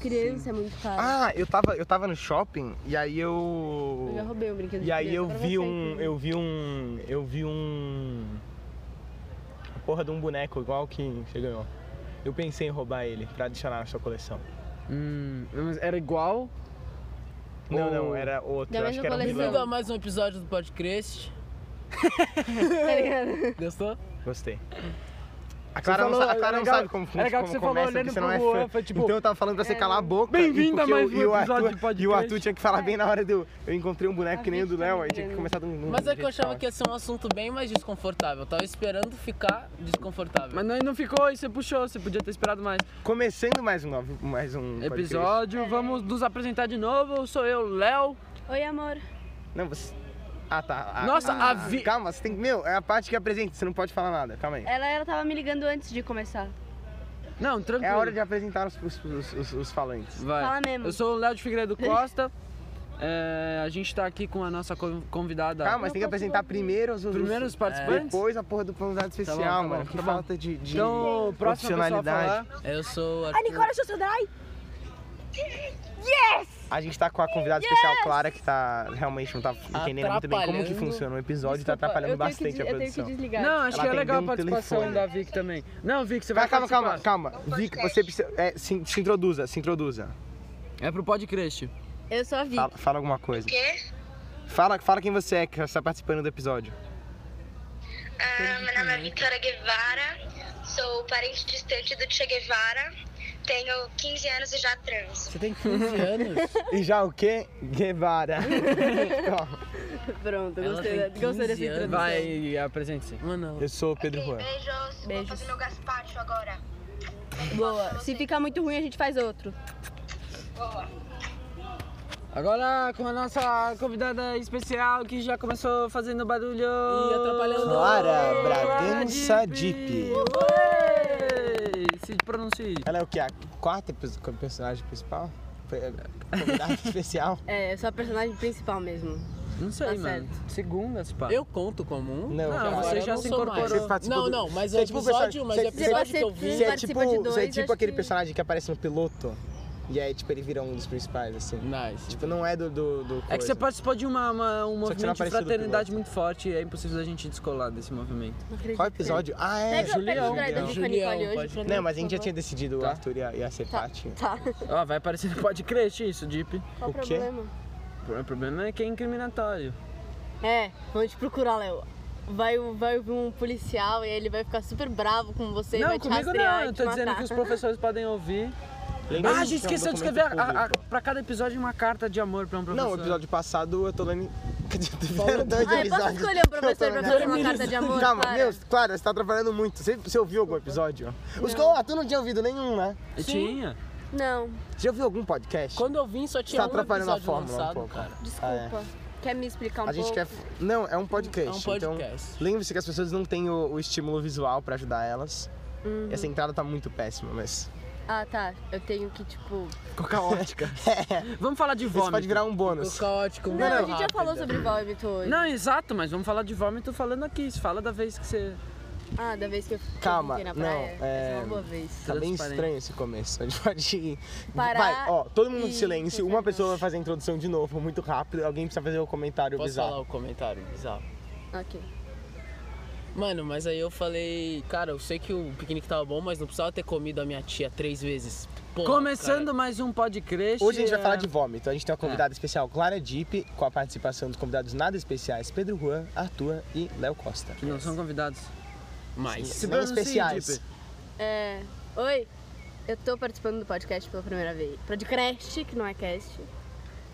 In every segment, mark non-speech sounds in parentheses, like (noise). criança é muito caro. Ah, eu tava, eu tava no shopping e aí eu. eu já roubei o brinquedo de E aí criança eu pra vi você, um. inclusive. Eu vi um. Eu vi um. a Porra de um boneco igual que você ganhou. Eu pensei em roubar ele pra adicionar na sua coleção. Hum, mas era igual. Não, Ou- não, era outro. Da Eu mesma acho que era um coleção. vilão. Bem-vindo a mais um episódio do Podcast. Tá ligado? Gostou? Gostei. A Clara, falou- não, sa- a Clara é não legal- sabe como, é legal que como você falou começa, olhando porque você não pro é Juan, fã. foi tipo, então eu tava falando pra você calar a boca. Bem-vindo e a porque eu- mais um e o episódio Arthur- de podcast. E o Arthur tinha que falar bem na hora do... Eu encontrei um boneco A que nem o do gente tá Léo, aí tinha que brincando. começar do... do Mas é jeito que eu achava fala. que ia ser um assunto bem mais desconfortável. Tava esperando ficar desconfortável. Mas não, não ficou e você puxou, você podia ter esperado mais. Começando mais um, novo- mais um podcast. Episódio, vamos nos apresentar de novo. Sou eu, Léo. Oi, amor. Não, você... Ah, tá. Ah, Nossa, ah, a vi- Calma, você tem que... Meu, é a parte que apresenta, você não pode falar nada. Calma aí. Ela, ela tava me ligando antes de começar. Não, É tranquilo. a hora de apresentar os, os, os- os- os falantes. Vai. Fala mesmo. Eu sou o Léo de Figueiredo Costa. É, a gente tá aqui com a nossa co- convidada. Calma, você tem que apresentar primeiro os... os- Tá. Primeiros participantes. Depois a porra do convidado especial, tá bom, mano. tá que bom. falta de, de Então, o próximo pessoal a falar. profissionalidade. Eu sou o A Arthur. Nicola Shossodai? A gente tá com a convidada especial, Clara, que tá realmente não tá entendendo muito bem como que Atrapalhando. funciona o episódio e tá Desculpa, atrapalhando eu tenho que bastante des- a Eu tenho que produção. desligar. Não, acho Ela que é legal a atendeu um participação telefone. da Vic também. Não, Vic, você vai Calma, calma, calma, participar. calma. Vic, você precisa. é, se, se introduza, se introduza. É pro podcast. Eu sou a Vicky. Fala, fala alguma coisa. Fala, fala quem você é que você tá participando do episódio. Ah, meu nome é Vitória Guevara, sou parente distante do Che Guevara, tenho 15 anos e já trans. Você tem 15 (laughs) anos? E já o quê? (laughs) Guevara. Pronto, Ela gostei, tem da- gostei dessa 15 anos. introdução. Vai, apresente-se. Mano, Eu sou o Pedro Juan. Beijos, Beijos. vou fazer meu gaspacho agora. Boa. Se ficar muito ruim, a gente faz outro. Boa. Agora com a nossa convidada especial que já começou fazendo barulho. Ih, atrapalhando. Clara Bragança Deep. Ué! Se pronuncie. Ela é o quê? A quarta pers- personagem principal? Foi- é, Convidada (laughs) especial? É, eu sou a personagem principal mesmo. Não Tá sei, mano. Segunda, se pá. eu conto como um? Não, Não, cara. você agora eu já não se sou incorporou. mais. Você participou Não, do- não, mas Você o é tipo o episódio, personagem- mas o você- você- episódio que eu Sim, Você vi. é participa tipo, de dois, você é tipo acho aquele que- personagem que aparece no piloto e aí tipo ele vira um dos principais, assim. Nice. Tipo, não é do. do, do É que você coisa. participou de uma, uma- Só que você um não movimento de apareceu do fraternidade piloto. muito forte e é impossível da gente descolar desse movimento. Não acredito. Qual episódio? Ah, é. Pega, pega o drive da Vicky Julião. com a Julião, Nicole hoje. pode- pra mim, Não, mas a por gente já favor. tinha decidido o Tá. Arthur ia, ia ser parte. Tá, Ó, vai aparecer no podcast isso, Deep. qual O o quê? problema? O problema é que é incriminatório. É, vão te procurar, Léo. Vai, vai vir um policial e ele vai ficar super bravo com você e não, vai te comigo rastrear não. e Eu te tô matar. dizendo que os professores podem ouvir. Lembra Ah, a que gente tinha um esqueceu de documento escrever a, a- a- público? pra cada episódio uma carta de amor pra um professor. Não, o episódio passado eu tô lendo. (laughs) Quer dizer, tiveram Ah, dois eu posso episódios. escolher um professor pra Eu tô fazer uma lendo- carta de amor? Calma, Clara? meu, Clara, você tá atrapalhando muito. Você, você ouviu algum episódio? Os, oh, tu não tinha ouvido nenhum, né? Eu Tinha. Não, Você já ouviu algum podcast? Quando eu vim, só tinha Tá um atrapalhando a episódio fórmula um lançado, pouco. cara. É desculpa. Quer me explicar um A gente pouco? quer. Não, é um podcast. É um podcast. Então, lembre-se que as pessoas não têm o, o estímulo visual pra ajudar elas. Essa entrada tá muito péssima, mas. Ah, tá. Eu tenho que, tipo... (laughs) Ficou caótica. Vamos falar de Isso vômito. pode virar um bônus. Ficou caótico, Não, mano, a gente já rápido. falou sobre vômito hoje. Não, exato, mas vamos falar de vômito falando aqui. Se fala da vez que você. Ah, da vez que eu que eu Calma, fiquei na não, praia. é- Essa é uma boa vez. Tá bem Transparente. estranho esse começo. A gente pode ir- Parar Vai, ó, todo mundo em e- um silêncio. Uma pessoa vai fazer a introdução de novo, muito rápido. Alguém precisa fazer o comentário Posso bizarro. falar o comentário bizarro? Ok. Mano, mas aí eu falei, cara, eu sei que o piquenique tava bom, mas não precisava ter comido a minha tia três vezes. Pô, Começando mais um podcast. Hoje a gente vai é, falar de vômito. A gente tem uma convidada especial, Clara Dipp, com a participação dos convidados nada especiais, Pedro Juan, Arthur e Léo Costa. Que não são convidados. cara, Mas. Não pronuncia, especiais. Dipe. É... Oi, eu tô participando do podcast pela primeira vez. Podcast, que não é cast.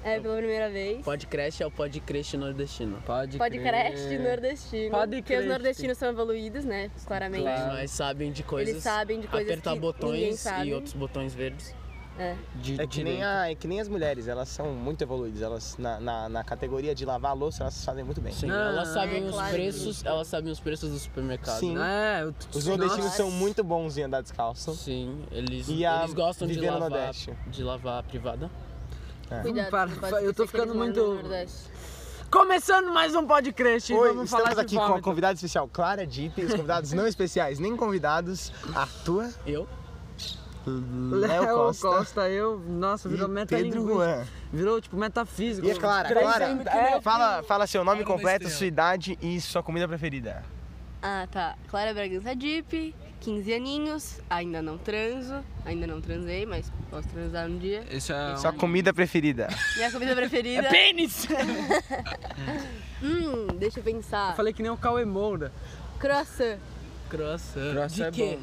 É, pela primeira vez. Podcast é o podcast nordestino. Pode Podcast crer. nordestino. Podcast. Porque os nordestinos são evoluídos, né? Claramente. Eles mais sabem de coisas. sabem de coisas Apertar que ninguém botões sabe. e outros botões verdes. É. De, É que, nem direito. a- é que nem as mulheres, elas são muito evoluídas. Elas, na, na, na categoria de lavar a louça, elas fazem muito bem. Sim, Não, elas é sabem os Ah, claro. preços, elas sabem os preços do supermercado. né? Sim. É, eu- Os nordestinos Nossa. são muito bons em andar descalço. Sim, eles, E a eles gostam de Viviane lavar, Nordeste. de lavar a privada. Cuidado, para, não pode eu esquecer tô que ficando eles moram muito- no Nordeste. Começando mais um podcast. Hoje vamos estamos falar de aqui com a vômito. convidada especial Clara Dipp, os convidados não especiais nem convidados, Arthur Eu? (laughs) Léo Costa. Costa. eu, nossa, virou E metalinguístico. Pedro Juan. Virou tipo metafísico. E é Clara, Três Clara. ainda- É, é, fala, fala seu nome Fala uma completo, estrela. sua idade e sua comida preferida. Ah, tá. Clara Bragança Deep, 15 aninhos, ainda não transo, ainda não transei, mas posso transar um dia. Esse é Sua comida preferida. Minha comida (laughs) é preferida. um pênis! Tá. hum, deixa eu pensar. Falei que nem o Cauê Moura. Croissant. Croissant. Croissant de é quê?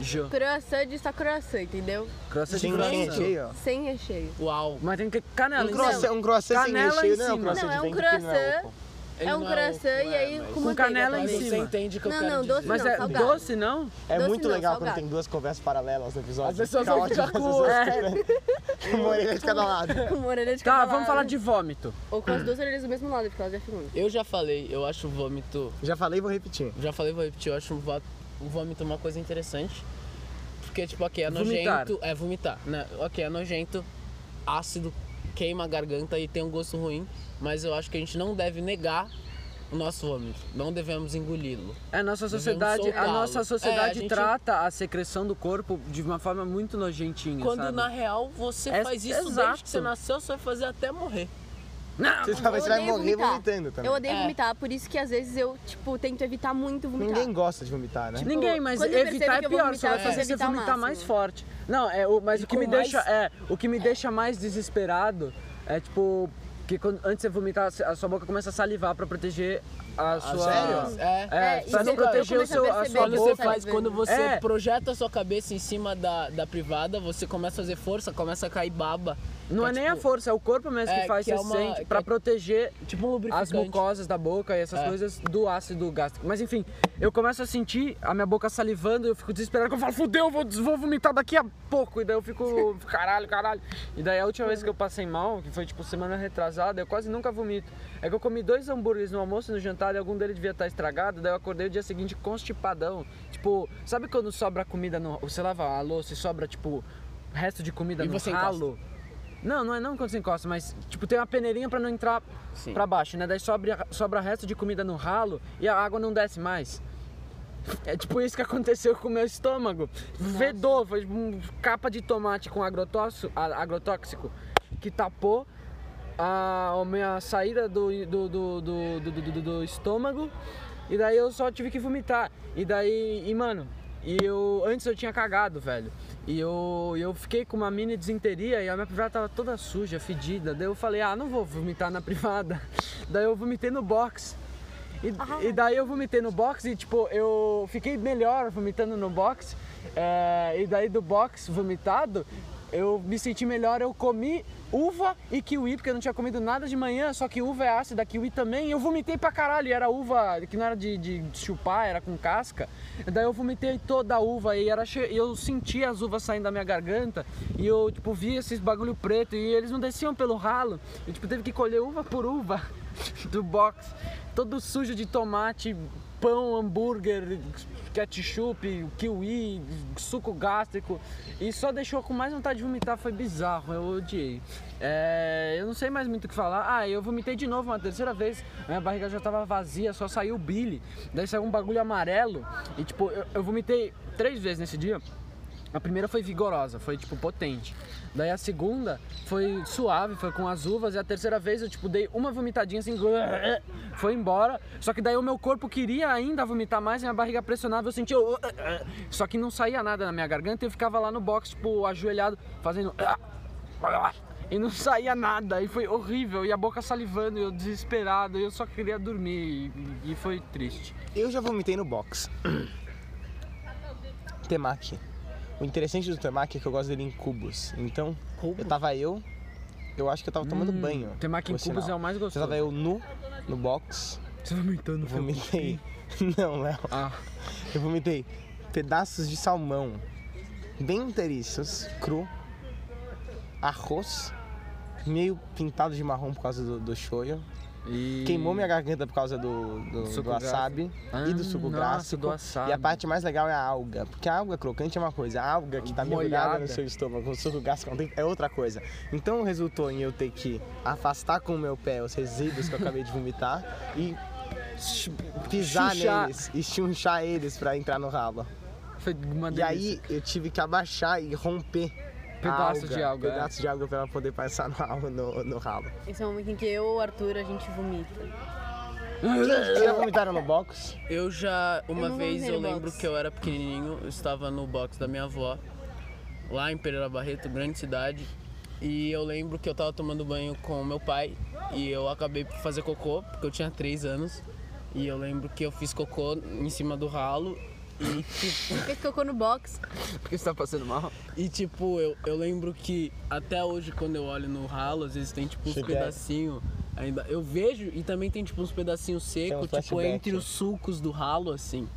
Jô. Croissant de só croissant, entendeu? Crosta de Sem croissant. recheio, ó. Sem recheio. Uau. Mas tem que ter canela. então. em Um é croissant, cima. um croissant sem Canela em recheio, não é um cima. croissant Não, de é um vento que não é croissant. oco. Ele É um não croissant oco, e é, aí mas- com Com manteiga, tá canela em talvez. Mas você cima. entende o que eu Não, quero não, dizer. doce Mas não, é salgado. doce, não? É Doce muito não, legal quando salgado. tem duas conversas paralelas no episódio. As pessoas Fica vão ótimo ficar pra com- (laughs) pessoas É. ficarem com uma orelha de cada lado. Com orelha de Tá, cada vamos lado. falar de vômito. Ou com as duas orelhas do mesmo lado, porque elas já é ficam. Eu já falei, eu acho o vômito. Já falei e vou repetir. Já falei, vou repetir, eu acho o va- o vômito uma coisa interessante. Porque, tipo, ok, é Vomitar. nojento. É vomitar, né? Ok, é nojento, ácido, queima a garganta e tem um gosto ruim. Mas eu acho que a gente não deve negar o nosso vômito. Não devemos engoli-lo. É, a nossa Devemos sociedade, a soltá-lo. nossa sociedade É, a gente- trata a secreção do corpo de uma forma muito nojentinha, Quando sabe? na real você É- faz isso desde exato. que você nasceu, você vai fazer até morrer. Não! Você, sabe, Eu você vai odeio morrer vomitar. vomitando também. Eu odeio É. vomitar, por isso que às vezes eu, tipo, tento evitar muito vomitar. Ninguém gosta de vomitar, né? Ninguém, mas quando eu percebo evitar que é eu vou pior, só vomitar, vai eu fazer tento você evitar o vomitar mais máximo. forte. Não, é, o, mas E o que me com deixa mais- é, o que me deixa mais desesperado é tipo que quando, antes de você vomitar, a sua boca começa a salivar pra proteger a sua sério? Ah, É. É, É, pra isso não eu- proteger eu o seu, comecei a a perceber sua Quando que você boca, boca. faz, né? quando você É. projeta a sua cabeça em cima da, da privada, você começa a fazer força, começa a cair baba. Não Que é nem a tipo- força, é o corpo mesmo que é, faz, que é você uma- sente, que pra é- proteger Tipo um as lubrificante. mucosas da boca e essas É. coisas do ácido gástrico. Mas enfim, eu começo a sentir a minha boca salivando, eu fico desesperado, que eu falo, fudeu, eu vou, vou vomitar daqui a pouco. E daí eu (laughs) fico, caralho, caralho. E daí a última vez que eu passei mal, que foi tipo semana retrasada, eu quase nunca vomito. É que eu comi dois hambúrgueres no almoço e no jantar e algum deles devia estar estragado, daí eu acordei o dia seguinte constipadão. Tipo, sabe quando sobra comida no. Você lava a louça e sobra, tipo, resto de comida E no você encosta. ralo? Não, não é não quando você encosta, mas tipo, tem uma peneirinha pra não entrar Sim. pra baixo, né? Daí sobra, sobra resto de comida no ralo e a água não desce mais. É tipo isso que aconteceu com o meu estômago. Vedou, foi tipo, um capa de tomate com agrotóxico, a- agrotóxico que tapou a, a minha saída do, do, do, do, do, do- do- do estômago. E daí eu só tive que vomitar. E daí, e mano, e eu antes eu tinha cagado, velho. E eu, eu fiquei com uma mini desinteria e a minha privada tava toda suja, fedida. Daí eu falei, ah, não vou vomitar na (laughs) privada. Daí eu vomitei no box. E, e daí eu vomitei no box e tipo, eu fiquei melhor vomitando no box. É, e daí do box vomitado, eu me senti melhor, eu comi uva e kiwi, porque eu não tinha comido nada de manhã, só que uva é ácida, kiwi também. E eu vomitei pra caralho, e era uva que não era de, de chupar, era com casca. E daí eu vomitei toda a uva e era che... e eu senti as uvas saindo da minha garganta. E eu, tipo, vi esses bagulho preto e eles não desciam pelo ralo. Eu, tipo, teve que colher uva por uva (laughs) do box todo sujo de tomate, pão, hambúrguer, ketchup, kiwi, suco gástrico e só deixou com mais vontade de vomitar, foi bizarro, eu odiei. É, eu não sei mais muito o que falar. Ah, eu vomitei de novo uma terceira vez, a minha barriga já tava vazia, só saiu o bile, daí saiu um bagulho amarelo e tipo, eu, eu vomitei três vezes nesse dia. A primeira foi vigorosa, foi tipo potente. Daí a segunda foi suave, foi com as uvas. E a terceira vez eu tipo dei uma vomitadinha assim, foi embora. Só que daí o meu corpo queria ainda vomitar mais e minha barriga pressionava. Eu sentia. Só que não saía nada na minha garganta e eu ficava lá no box, tipo, ajoelhado, fazendo. E não saía nada, e foi horrível, e a boca salivando, e eu desesperado, e eu só queria dormir, e, e foi triste. Eu já vomitei no box. (clears throat) Temaki. O interessante do temaki é que eu gosto dele em cubos. Então, eu tava eu, eu acho que eu tava tomando Hum, banho. temaki em por cubos sinal. é o mais gostoso. Eu tava eu nu no box, Você vomitando, vomitei. (laughs) Não, Léo. Ah. Eu vomitei pedaços de salmão bem inteiriços, cru, arroz, meio pintado de marrom por causa do, do shoyu. E- Queimou minha garganta por causa do, do, Suco do wasabi e do Ah, suco nossa, gráfico. do wasabi. E a parte mais legal é a alga, porque a alga crocante é uma coisa, a alga que tá mergulhada Molhada. no seu estômago, o suco gástrico não tem- é outra coisa. Então resultou em eu ter que afastar com o meu pé os resíduos que eu acabei de vomitar e ch- pisar Chuchar. neles, e chunchar eles pra entrar no ralo. Foi uma E delícia. aí eu tive que abaixar e romper. a Pedaço de alga, é. Pedaço de alga pra ela poder passar no, al- no, no ralo. Esse é o momento em que eu, o Arthur, a gente vomita. Vocês já vomitaram no box? Eu já, uma Eu não vou vez, ver eu no lembro box. que eu era pequenininho, eu estava no box da minha avó, lá em Pereira Barreto, grande cidade, e eu lembro que eu tava tomando banho com meu pai e eu acabei por fazer cocô, porque eu tinha 3 anos, e eu lembro que eu fiz cocô em cima do ralo Por que ficou no box? Porque você tá passando mal. E tipo, eu, eu lembro que até hoje quando eu olho no ralo, às vezes tem tipo uns Chiclete. pedacinhos. Ainda, eu vejo e também tem tipo uns pedacinhos um secos, tipo, flashback. entre os sulcos do ralo, assim.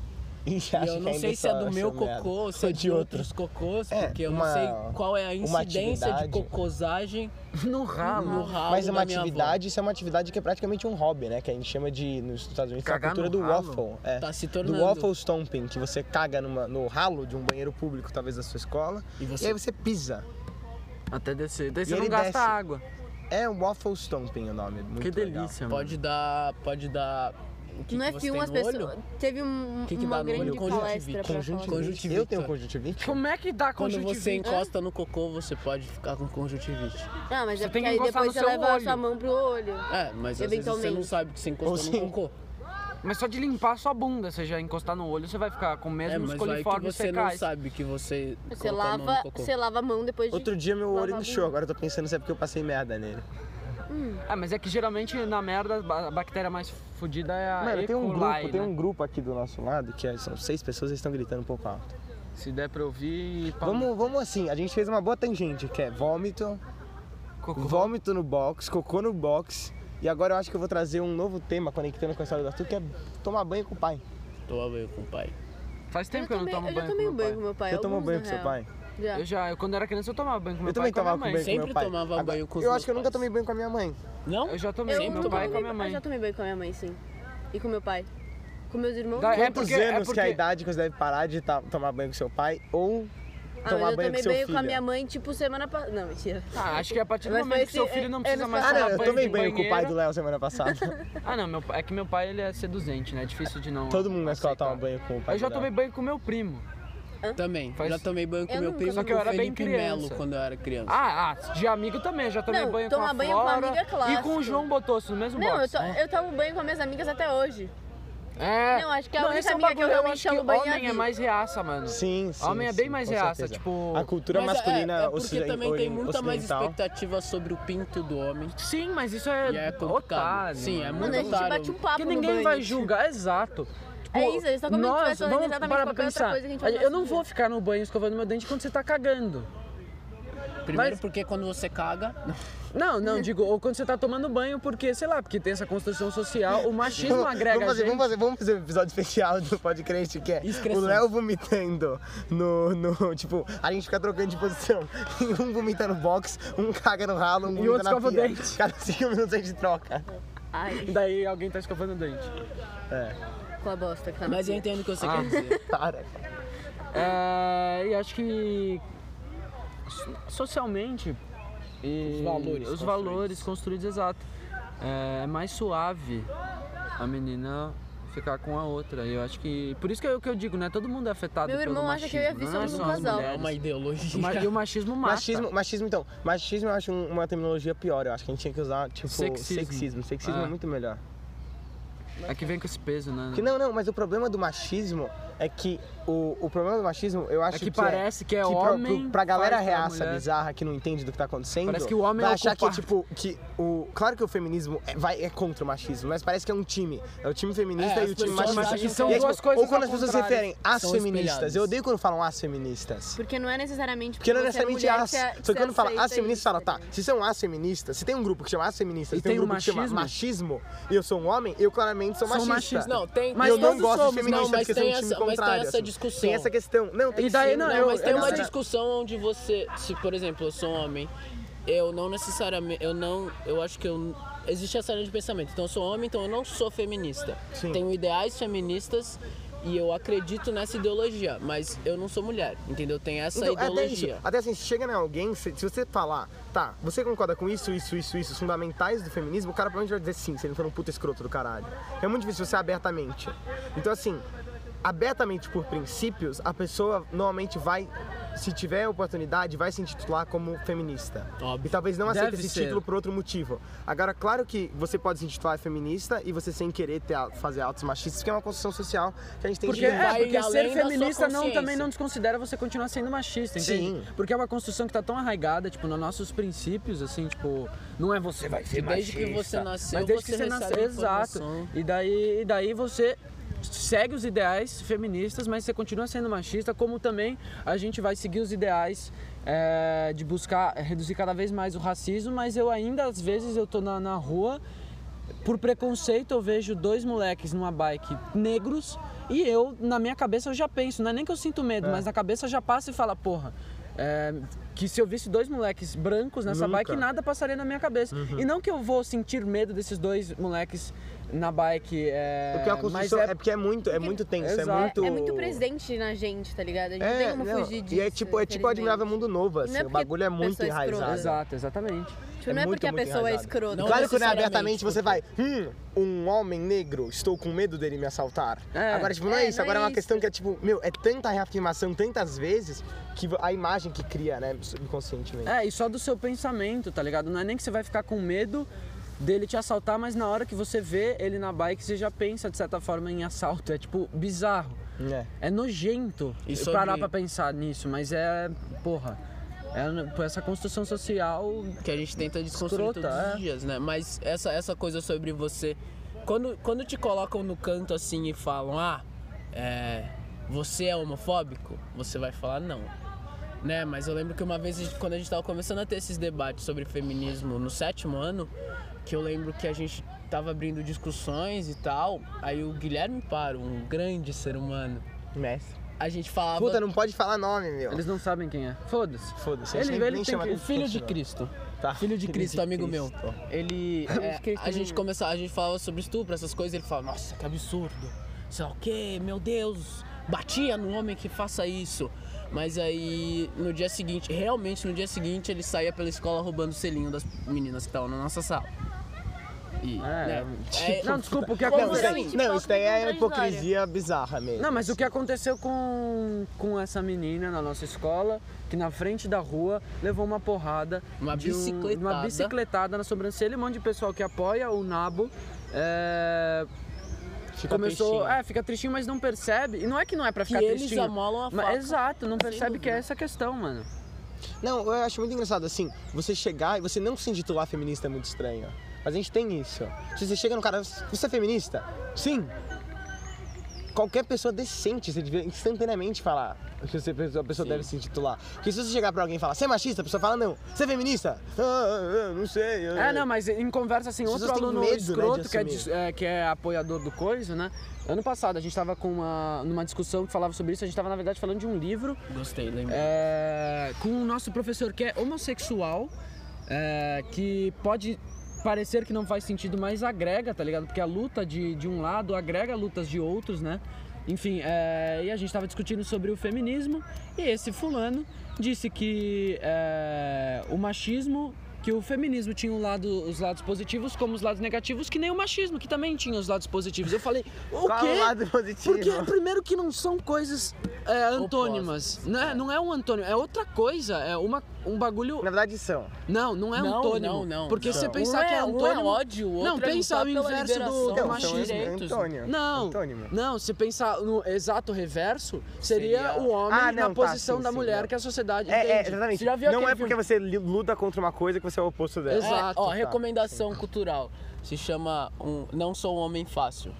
E E eu não sei se é do meu cocô ou se é de outros cocôs, É, porque eu uma- não sei qual é a incidência de atividade. cocosagem (laughs) No ralo. no ralo. Mas é uma da minha avó. atividade, isso é uma atividade que é praticamente um hobby, né? Que a gente chama de, nos Estados Unidos, a Cagar cultura no do ralo? waffle. É. Tá se do tornando. waffle stomping, que você caga numa- no ralo de um banheiro público, talvez da sua escola, E e aí você você pisa. Até descer. Daí E você ele não gasta desce. água. É um waffle stomping o nome, muito que legal. delícia, mano. pode dar. Pode dar. O que no que você F1 tem as no é pessoas. olho? Teve um- Que que uma dá no grande olho? palestra pra falar. Conjuntivite. sobre isso. Eu tenho um conjuntivite? Como é que dá Quando conjuntivite? É, você encosta no cocô, você pode ficar com conjuntivite. Não, mas é Você tem porque que aí encostar depois no você seu leva a olho. sua mão pro olho. É, mas às vezes você Eventualmente. não sabe que você Ou encostou sim. no cocô. Mas só de limpar a sua bunda, você já encostar no olho, você vai ficar com o É, mesmo mas aí que coliformes você não fecais. sabe que você. Você colocou a mão lava, no cocô. você lava a mão depois de. Outro dia meu Lavar olho a bunda. inchou, agora eu tô pensando se é porque eu passei merda nele. Ah, mas é que geralmente na merda a bactéria mais fodida é a Mano, E. tem um coli, grupo, né? tem um grupo aqui do nosso lado, que é- são seis pessoas, eles estão gritando um pouco alto. Se der pra ouvir, pá, Vamos, vamos assim, a gente fez uma boa tangente, que é vômito, cocô. vômito no box, cocô no box. E agora eu acho que eu vou trazer um novo tema conectando com a história do Arthur, que é tomar banho com o pai. Toma banho com o pai. Faz Eu, tempo que eu não tomei- tomo eu já banho tomei com um banho meu com pai. meu pai. Eu tomo alguns, banho na com seu real. pai? Já. Eu já, eu, quando era criança, eu tomava banho com meu Eu pai também e com a minha tomava mãe. banho com meu Sempre pai. tomava banho com os Eu meus acho que eu nunca pais. tomei banho com a minha mãe. Não? Eu já tomei Eu com meu tomei pai e com a banho- minha Eu mãe. já tomei banho com a minha mãe, sim. E com meu pai. Com meus irmãos. Da- não. Ah, É Quantos porque- anos é que é a porque- idade que você deve parar de ta- tomar banho com seu pai ou Ah, tomar mas eu banho tomei com seu banho filho? com a minha mãe, tipo, semana passada. Não, mentira. Ah, acho que a partir do Mas momento que esse- seu filho é- não precisa eles mais Ah, falam- tomar não, eu banho tomei de banho com o pai do banheiro. Léo semana passada. Ah, não, meu, é que meu pai ele é seduzente, né? É difícil de não. Todo mundo na escola aceitar. toma banho com o pai. Eu já do Léo. tomei banho com meu primo. Também. Faz- Já tomei banho com Eu meu nunca primo Só e que eu com o era bem Felipe Melo criança. quando eu era criança. Ah, ah, de amigo também, já tomei Não, banho com tomar a banho com Flora amiga é e com clássico. o João Botosso no mesmo Não, eu, box. né? to, né? eu tomo banho com minhas amigas até hoje. É. Não, acho que a única esse é um amiga que eu bagulho, realmente acho chamo que banho é a Homem é Vi. mais reaça, mano. Sim, sim. Homem é sim, bem mais com reaça, certeza. tipo- A cultura Mas é- masculina é, porque ociden- também tem ori- muita mais ocidental. expectativa sobre o pinto do homem. Sim, mas isso é, E é complicado. otário. Sim, é Mano, muito a gente otário. bate um papo Porque no ninguém banho. vai julgar, exato. Tipo, É isso, eles estão como se nós estivesse fazendo vamos exatamente parar pra qualquer outra pensar. coisa que a gente faz no Eu não nosso vou dia. ficar no banho escovando meu dente quando você tá cagando. Primeiro Mas- porque é quando você caga, Não, não, digo, ou quando você tá tomando banho, porque, sei lá, porque tem essa construção social, o machismo Vamos, agrega vamos fazer, a gente. vamos fazer, vamos fazer um episódio (laughs) especial do podcast que é o Excreções. Léo vomitando no, no- Tipo, a gente fica trocando de posição. Um vomita no box, um caga no ralo, um vomita outro na escova o pia. dente. Cada cinco minutos a gente troca. Ai, Daí alguém tá escovando o dente. com a bosta que tá na mas eu pia. entendo o que você Ah. quer dizer. Para. É, e acho que socialmente e Os valores os construídos. valores construídos exato é, é mais suave a menina ficar com a outra e eu acho que por isso que é o que eu digo né todo mundo é afetado Meu pelo irmão acha que eu ia machismo, vir não é somos um só as casal. É mulheres. uma O ideologia. ma- e o machismo mata Machismo, machismo, então. Machismo eu acho um- uma terminologia pior. Eu acho que a gente tinha que usar, tipo, Sexismo. sexismo. Sexismo, Ah. é muito melhor. é que vem com esse peso né Porque, não, não, mas o problema do machismo é que. O, o problema do machismo, eu acho é que, que parece que é que pra- homem pro- pra, galera faz pra reaça mulher. bizarra que não entende do que tá acontecendo, Parece que o homem vai é o achar que, culpado. tipo, que o. Claro que o feminismo é, vai, é contra o machismo, mas parece que é um time. É o time feminista É, e o as time pessoas machista. acham que E são aí, duas tipo, coisas Ou quando ao as pessoas se contrário. referem às São feministas. espelhados. Eu odeio quando falam as feministas. Porque não é necessariamente Porque não é você é necessariamente mulher as. que é- Só que que quando fala aceita as feministas, fala, isso, tá, se são as feministas, se tem um grupo que chama as feministas, E se tem um tem o grupo que chama machismo, e eu sou um homem, eu claramente sou São machista. machistas. Não, tem Mas eu não todos gosto somos, de feminista não, mas porque são um tem time essa, mas contrário. tem essa assim. discussão. Tem essa questão. Não, tem E daí, sim, não, Não, eu- mas tem uma galera- discussão onde você, se por exemplo, eu sou um homem, eu não necessariamente, eu não, eu acho que eu existe essa linha de pensamento. Então eu sou homem, então eu não sou feminista. Sim. Tenho ideais feministas e eu acredito nessa ideologia, mas eu não sou mulher, entendeu? Tem essa Então, até isso. ideologia. Até assim, se chega em alguém, se, se você falar, tá, você concorda com isso, isso, isso, isso, os fundamentais do feminismo, o cara provavelmente vai dizer sim, se ele for um puta escroto do caralho. É muito difícil você abertamente. Então, assim, abertamente por princípios, a pessoa normalmente vai, se tiver oportunidade, vai se intitular como feminista. Óbvio. E talvez não aceite Deve esse ser. título por outro motivo. Agora, claro que você pode se intitular feminista e você sem querer ter, a- fazer atos machistas, que é uma construção social que a gente tem Porque, que é, vai porque ser além da sua feminista não, consciência. também não desconsidera você continuar sendo machista, entende? Sim. Porque é uma construção que tá tão arraigada, tipo, nos nossos princípios, assim, tipo, não é você vai ser Desde machista. que você nasceu, mas desde que você você recebe nasceu, exato. informação. E daí, e daí você segue os ideais feministas, mas você continua sendo machista, como também a gente vai seguir os ideais é, de buscar reduzir cada vez mais o racismo, mas eu ainda, às vezes, eu tô na, na rua, por preconceito eu vejo dois moleques numa bike negros e eu, na minha cabeça, eu já penso, não é nem que eu sinto medo, mas na cabeça já passa e fala, porra... é, que se eu visse dois moleques brancos nessa bike, nada passaria na minha cabeça. Uhum. E não que eu vou sentir medo desses dois moleques na bike. é, Porque é uma mas construção. É... é- porque é muito, é muito tenso, é Exato. muito. É muito presente na gente, tá ligado? A gente não É, tem como não, fugir disso. E é tipo, é tipo infelizmente. admirável mundo novo, não assim. é o porque bagulho é a muito pessoa é escrota. enraizado. Exato, exatamente. Tipo, não é, é muito, porque a muito pessoa é enraizada. escrota. Não claro que não é necessariamente, abertamente, você vai, hum, um homem negro, estou com medo dele me assaltar. É. Agora, tipo, não é, É, isso. não Agora é é uma isso. questão que é, tipo, meu, é tanta reafirmação tantas vezes que a imagem que cria, né, subconscientemente. É, e só do seu pensamento, tá ligado? Não é nem que você vai ficar com medo dele te assaltar, mas na hora que você vê ele na bike, você já pensa de certa forma em assalto. É tipo bizarro. É. É nojento E eu sobre- parar pra pensar nisso, mas é. Porra. É por essa construção social. que a gente tenta desconstruir Escrota, todos é. os dias, né? Mas essa, essa coisa sobre você. Quando, quando te colocam no canto assim e falam, ah, é, você é homofóbico, você vai falar não. Né? Mas eu lembro que uma vez, a gente- quando a gente tava começando a ter esses debates sobre feminismo no sétimo ano, que eu lembro que a gente tava abrindo discussões e tal, aí o Guilherme Paro, um grande ser humano, Mestre. a gente falava. Puta, não pode falar nome, meu. Eles não sabem quem é. Foda-se. Foda-se. a gente Ele, nem- ele nem tem chama que- o nem filho de continua. Cristo. Tá. Filho de Cristo, amigo meu. Ele. (laughs) é, Cristo, a gente amigo. começava, a gente falava sobre estupro, essas coisas, ele falava, nossa, que absurdo. Sei lá o quê, meu Deus, batia no homem que faça isso. Mas aí, no dia seguinte, realmente no dia seguinte, ele saía pela escola roubando o selinho das meninas que estavam na nossa sala. E, É, né, (laughs) é- Não, desculpa, o que Não, isso aconteceu. daí, Tipo, não, isso daí é contraditório. hipocrisia bizarra mesmo. Não, mas o que aconteceu com, com essa menina na nossa escola, que na frente da rua levou uma porrada. Uma de um- de uma bicicletada. bicicletada na sobrancelha e um monte de pessoal que apoia o Nabo. é, Fica começou. tristinho. É, fica tristinho, mas não percebe. E não é que não é pra que ficar eles tristinho. amolam a mas- faca. exato, não Sem percebe que é dúvida. essa questão, mano. Não, eu acho muito engraçado, assim, você chegar e você não se intitular feminista é muito estranho. Mas a gente tem isso. Se você chega no cara, você é feminista? Sim. Qualquer pessoa decente, você devia instantaneamente falar o que você, a pessoa deve se intitular. Porque se você chegar pra alguém e falar, você é machista, a pessoa fala, não. Você é feminista? Ah, ah, ah, não sei. ah." É, não, mas em conversa assim, As outro pessoas têm aluno medo, né, de escroto que, é, assumir. dis- é, que é apoiador do coisa, né? Ano passado a gente tava com uma, numa discussão que falava sobre isso, a gente tava na verdade falando de um livro Gostei, lembrei. é, com o nosso professor que é homossexual, é, que pode parecer que não faz sentido, mas agrega, tá ligado? Porque a luta de, de um lado agrega lutas de outros, né? Enfim, é, e a gente tava discutindo sobre o feminismo e esse fulano disse que é, o machismo que o feminismo tinha um lado, os lados positivos como os lados negativos, que nem o machismo, que também tinha os lados positivos. Eu (laughs) falei, o Qual é quê? o lado positivo? Porque, primeiro, que não são coisas é, antônimas. Não é, não é um antônimo, é outra coisa. É uma, um bagulho. Na verdade são. Não, não é Não, um antônimo. não, não, Porque não. se pensar Um é- que é um é antônimo. ódio, o outro não, é pensa lutar o pela inverso do, liberação. do Então, são machismo. é direitos, Antônio. não, Antônimo. não, se pensar no exato reverso, seria, Seria- o homem Ah, na não, tá, posição sim, da sim, mulher não. que a sociedade É, é, entende. exatamente. Você já viu não aquele é porque você li- luta contra uma coisa que você é o oposto dela. É, Exato, ó, tá. recomendação cultural. Se chama um Não Sou um Homem Fácil.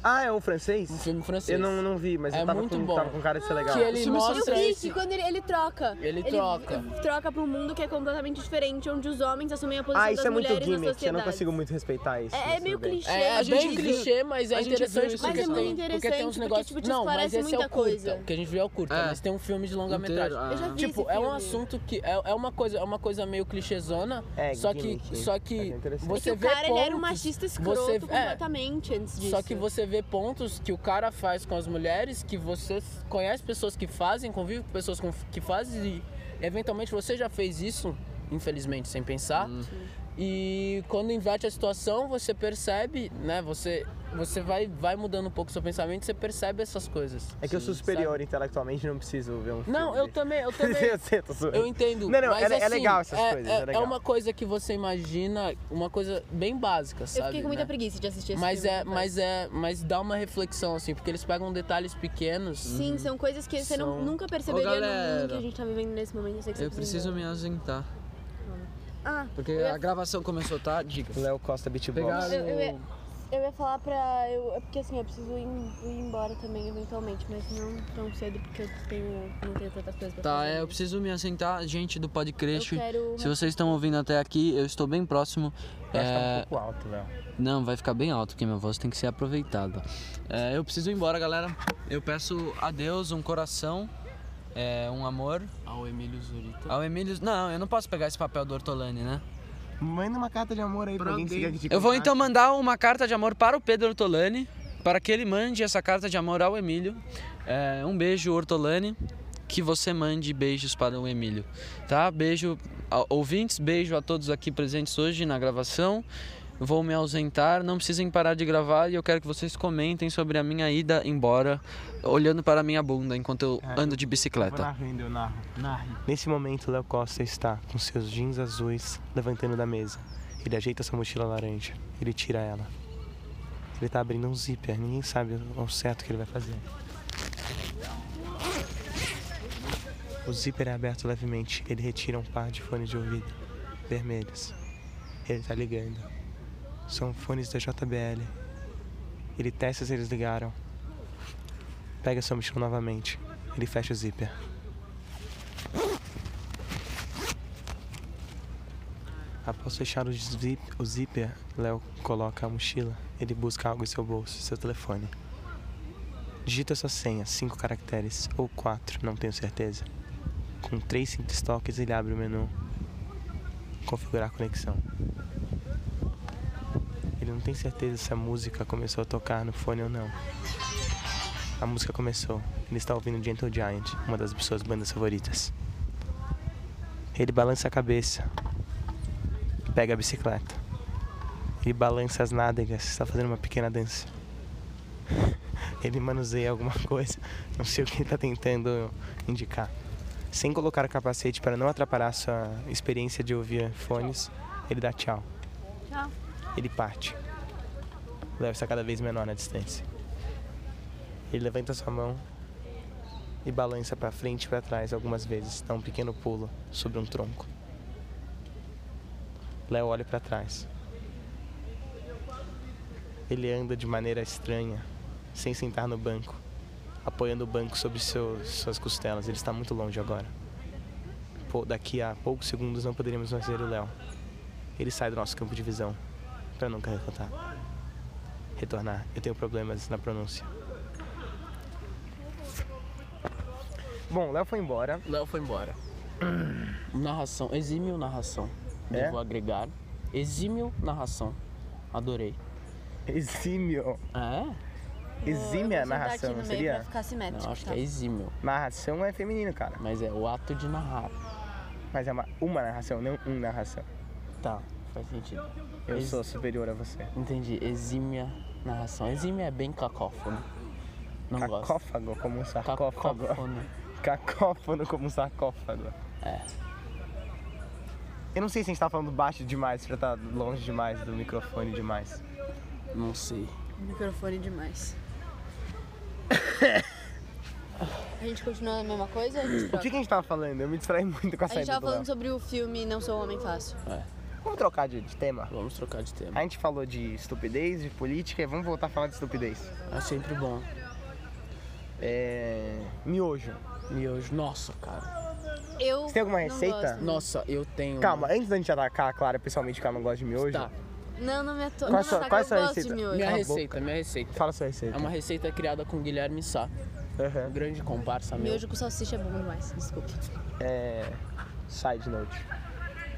Ah, é um francês? Um filme francês. Eu não, não vi, mas É eu tava muito com, bom. Ah, tava com cara de ser legal. Que ele Esse filme E o é mostra Fisk, esse- quando ele, ele troca. Ele troca. v- Troca pra um mundo que é completamente diferente, onde os homens assumem a posição Ah, isso das é muito mulheres na gimmick, sociedade. eu não consigo muito respeitar isso. É, é mas meio tudo bem. clichê. É, mas é bem gente viu- clichê, mas é a gente viu interessante isso porque, Mas é muito tem, porque tem uns interessante, negócios. porque, tipo, não, mas esclarece esse é muita o curta. coisa. O que a gente viu é o curta, É. mas tem um filme de longa-metragem. Inteiro, ah. Eu já vi Tipo, esse é um filme. assunto que é, é uma coisa, é uma coisa meio clichêzona, É, só que gimmick. só Mas que é interessante. É que você o vê cara ele era um pontos- machista escroto você- é, completamente antes disso. Só que você vê pontos que o cara faz com as mulheres, que você conhece pessoas que fazem, convive com pessoas com- que fazem, e eventualmente você já fez isso, infelizmente, Uhum. sem pensar. E quando inverte a situação, você percebe, né? Você você vai, vai mudando um pouco o seu pensamento, você percebe essas coisas. É que eu sou Sim, superior intelectualmente, não preciso ver um sabe? Não, eu filme também, eu desse. também. (laughs) eu sei, tô zoando. Eu entendo. Não, não, mas é- é assim, legal essas coisas, é legal. uma coisa que você imagina, uma coisa bem básica, sabe? Eu fiquei com muita né? preguiça de assistir esse Mas filme, é, confesso. mas é, mas dá uma reflexão assim, porque eles pegam detalhes pequenos. Sim, são coisas que você não- São- nunca perceberia no galera. mundo que a gente tá vivendo nesse momento. Eu sei que você Eu preciso me ausentar. Ah, Porque eu ia- a gravação começou, tá? Diga. Léo Costa Beatbox. É. Pegaram. Eu- eu ia- Eu ia falar pra. Eu, é porque assim, eu preciso ir, ir embora também eventualmente, mas não tão cedo porque eu tenho, não tenho tantas coisas pra Tá, fazer. é, eu preciso me assentar, gente do Eu podcast. quero. Se vocês estão ouvindo até aqui, eu estou bem próximo. Eu acho que tá É, um pouco alto, Léo. Não, vai ficar bem alto, porque minha voz tem que ser aproveitada. É, eu preciso ir embora, galera. Eu peço a Deus um coração, é, um amor. Ao Emílio Zurita. Ao Emílio. Não, eu não posso pegar esse papel do Ortolani, né? Manda uma carta de amor aí pra, Pra alguém que você quer alguém. que te Eu vou contasse. então mandar uma carta de amor para o Pedro Ortolani, para que ele mande essa carta de amor ao Emílio. É, um beijo, Ortolani, que você mande beijos para o Emílio, tá? Beijo, a- ouvintes, beijo a todos aqui presentes hoje na gravação. Vou me ausentar, não precisem parar de gravar e eu quero que vocês comentem sobre a minha ida embora, olhando para a minha bunda enquanto eu ando de Vou bicicleta. narrando, eu narro. Nesse momento, Léo Costa está com seus jeans azuis levantando da mesa. Ele ajeita sua mochila laranja. Ele tira ela. Ele tá abrindo um zíper. Ninguém sabe ao certo o que ele vai fazer. O zíper é aberto levemente. Ele retira um par de fones de ouvido vermelhos. Ele tá ligando. São fones da JBL. Ele testa se eles ligaram. Pega sua mochila novamente. Ele fecha o zíper. Após fechar o, zip, o zíper, Léo coloca a mochila. Ele busca algo em seu bolso, seu telefone. Digita sua senha, cinco caracteres, ou quatro, não tenho certeza. Com três simples toques, ele abre o menu. Configurar conexão. Ele não tem certeza se a música começou a tocar no fone ou não. A música começou. Ele está ouvindo Gentle Giant, uma das suas bandas favoritas. Ele balança a cabeça, pega a bicicleta. Ele balança as nádegas, está fazendo uma pequena dança. (laughs) Ele manuseia alguma coisa, não sei o que ele está tentando indicar. Sem colocar o capacete para não atrapalhar sua experiência de ouvir fones, ele dá tchau. Tchau. Ele parte. Léo está cada vez menor na distância. Ele levanta sua mão e balança para frente e para trás algumas vezes, dá um pequeno pulo sobre um tronco. Léo olha para trás. Ele anda de maneira estranha, sem sentar no banco, apoiando o banco sobre seu- suas costelas. Ele está muito longe agora. Pô, daqui a poucos segundos não poderíamos mais ver o Léo. Ele sai do nosso campo de visão, para nunca retornar. Retornar. Eu tenho problemas na pronúncia. Bom, Léo foi embora. Léo foi embora. (clears throat) narração, exímio narração. É? Devo agregar. Exímio narração. Adorei. Exímio. É? Exime a Eu vou sentar narração, aqui no não meio seria? Pra ficar simétrico, Não, acho que tá? é exímio. Narração é feminino, cara. Mas é o ato de narrar. Mas é uma, uma narração, não um narração. Tá, faz sentido. Eu Ex- sou superior a você. Entendi. Exímia narração. Exímia é bem cacófono. Não gosto. Cacófago como um sarcófago. (laughs) Cacófono como um sarcófago. É. Eu não sei se a gente tá falando baixo demais, pra estar longe demais do microfone demais. Não sei. Microfone demais. a gente continua na mesma coisa? ou A gente, O que, troca? que a gente tava falando? Eu me distraí muito com a a gente saída tava do Léo. falando sobre o filme Não Sou Um Homem Fácil. Vamos trocar de, de tema? Vamos trocar de tema. A gente falou de estupidez, de política, e vamos voltar a falar de estupidez. É sempre bom. É... Miojo. Miojo. Nossa, cara. Eu. Você tem alguma não receita? gosto. Nossa, eu tenho. Calma, antes da gente atacar a Clara pessoalmente, que ela não gosta de miojo, Tá. Não, não me ato... Qual não, a sua- saca, qual a eu sua gosto de receita? miojo. Minha Cala a receita, minha receita. fala sua receita. É uma receita criada com Guilherme Sá, Aham. um grande comparsa meu. Miojo com salsicha é bom demais, desculpa. é, side note.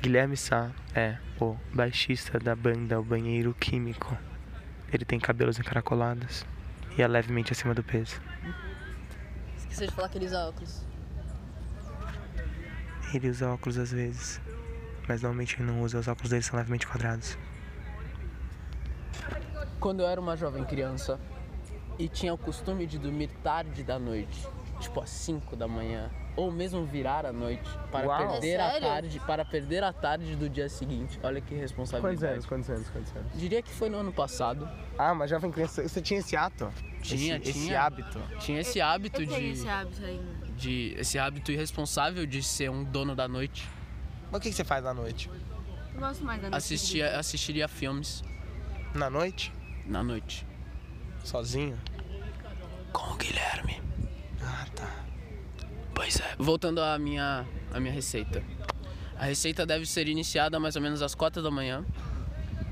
Guilherme Sá é o baixista da banda O Banheiro Químico. Ele tem cabelos encaracolados e é levemente acima do peso. Esqueci de falar aqueles óculos. Ele usa óculos às vezes, mas normalmente ele não usa, os óculos dele são levemente quadrados. quando eu era uma jovem criança e tinha o costume de dormir tarde da noite, tipo às 5 da manhã, ou mesmo virar a noite para Uau. perder É a sério? tarde, para perder a tarde do dia seguinte. Olha que Quantos anos, responsabilidade. quantos anos, quantos anos? Diria que foi no ano passado. Ah, mas jovem criança, você tinha esse ato? Tinha, esse, Esse tinha. hábito. tinha esse hábito Eu de tenho esse hábito ainda. de esse hábito irresponsável de ser um dono da noite. Mas o que que você faz na noite? Eu gosto mais da noite. Assistia, assistiria filmes Na noite? na noite Sozinho? com o Guilherme. Ah, tá. Pois é. Voltando à minha, à minha receita. A receita deve ser iniciada mais ou menos às 4 da manhã,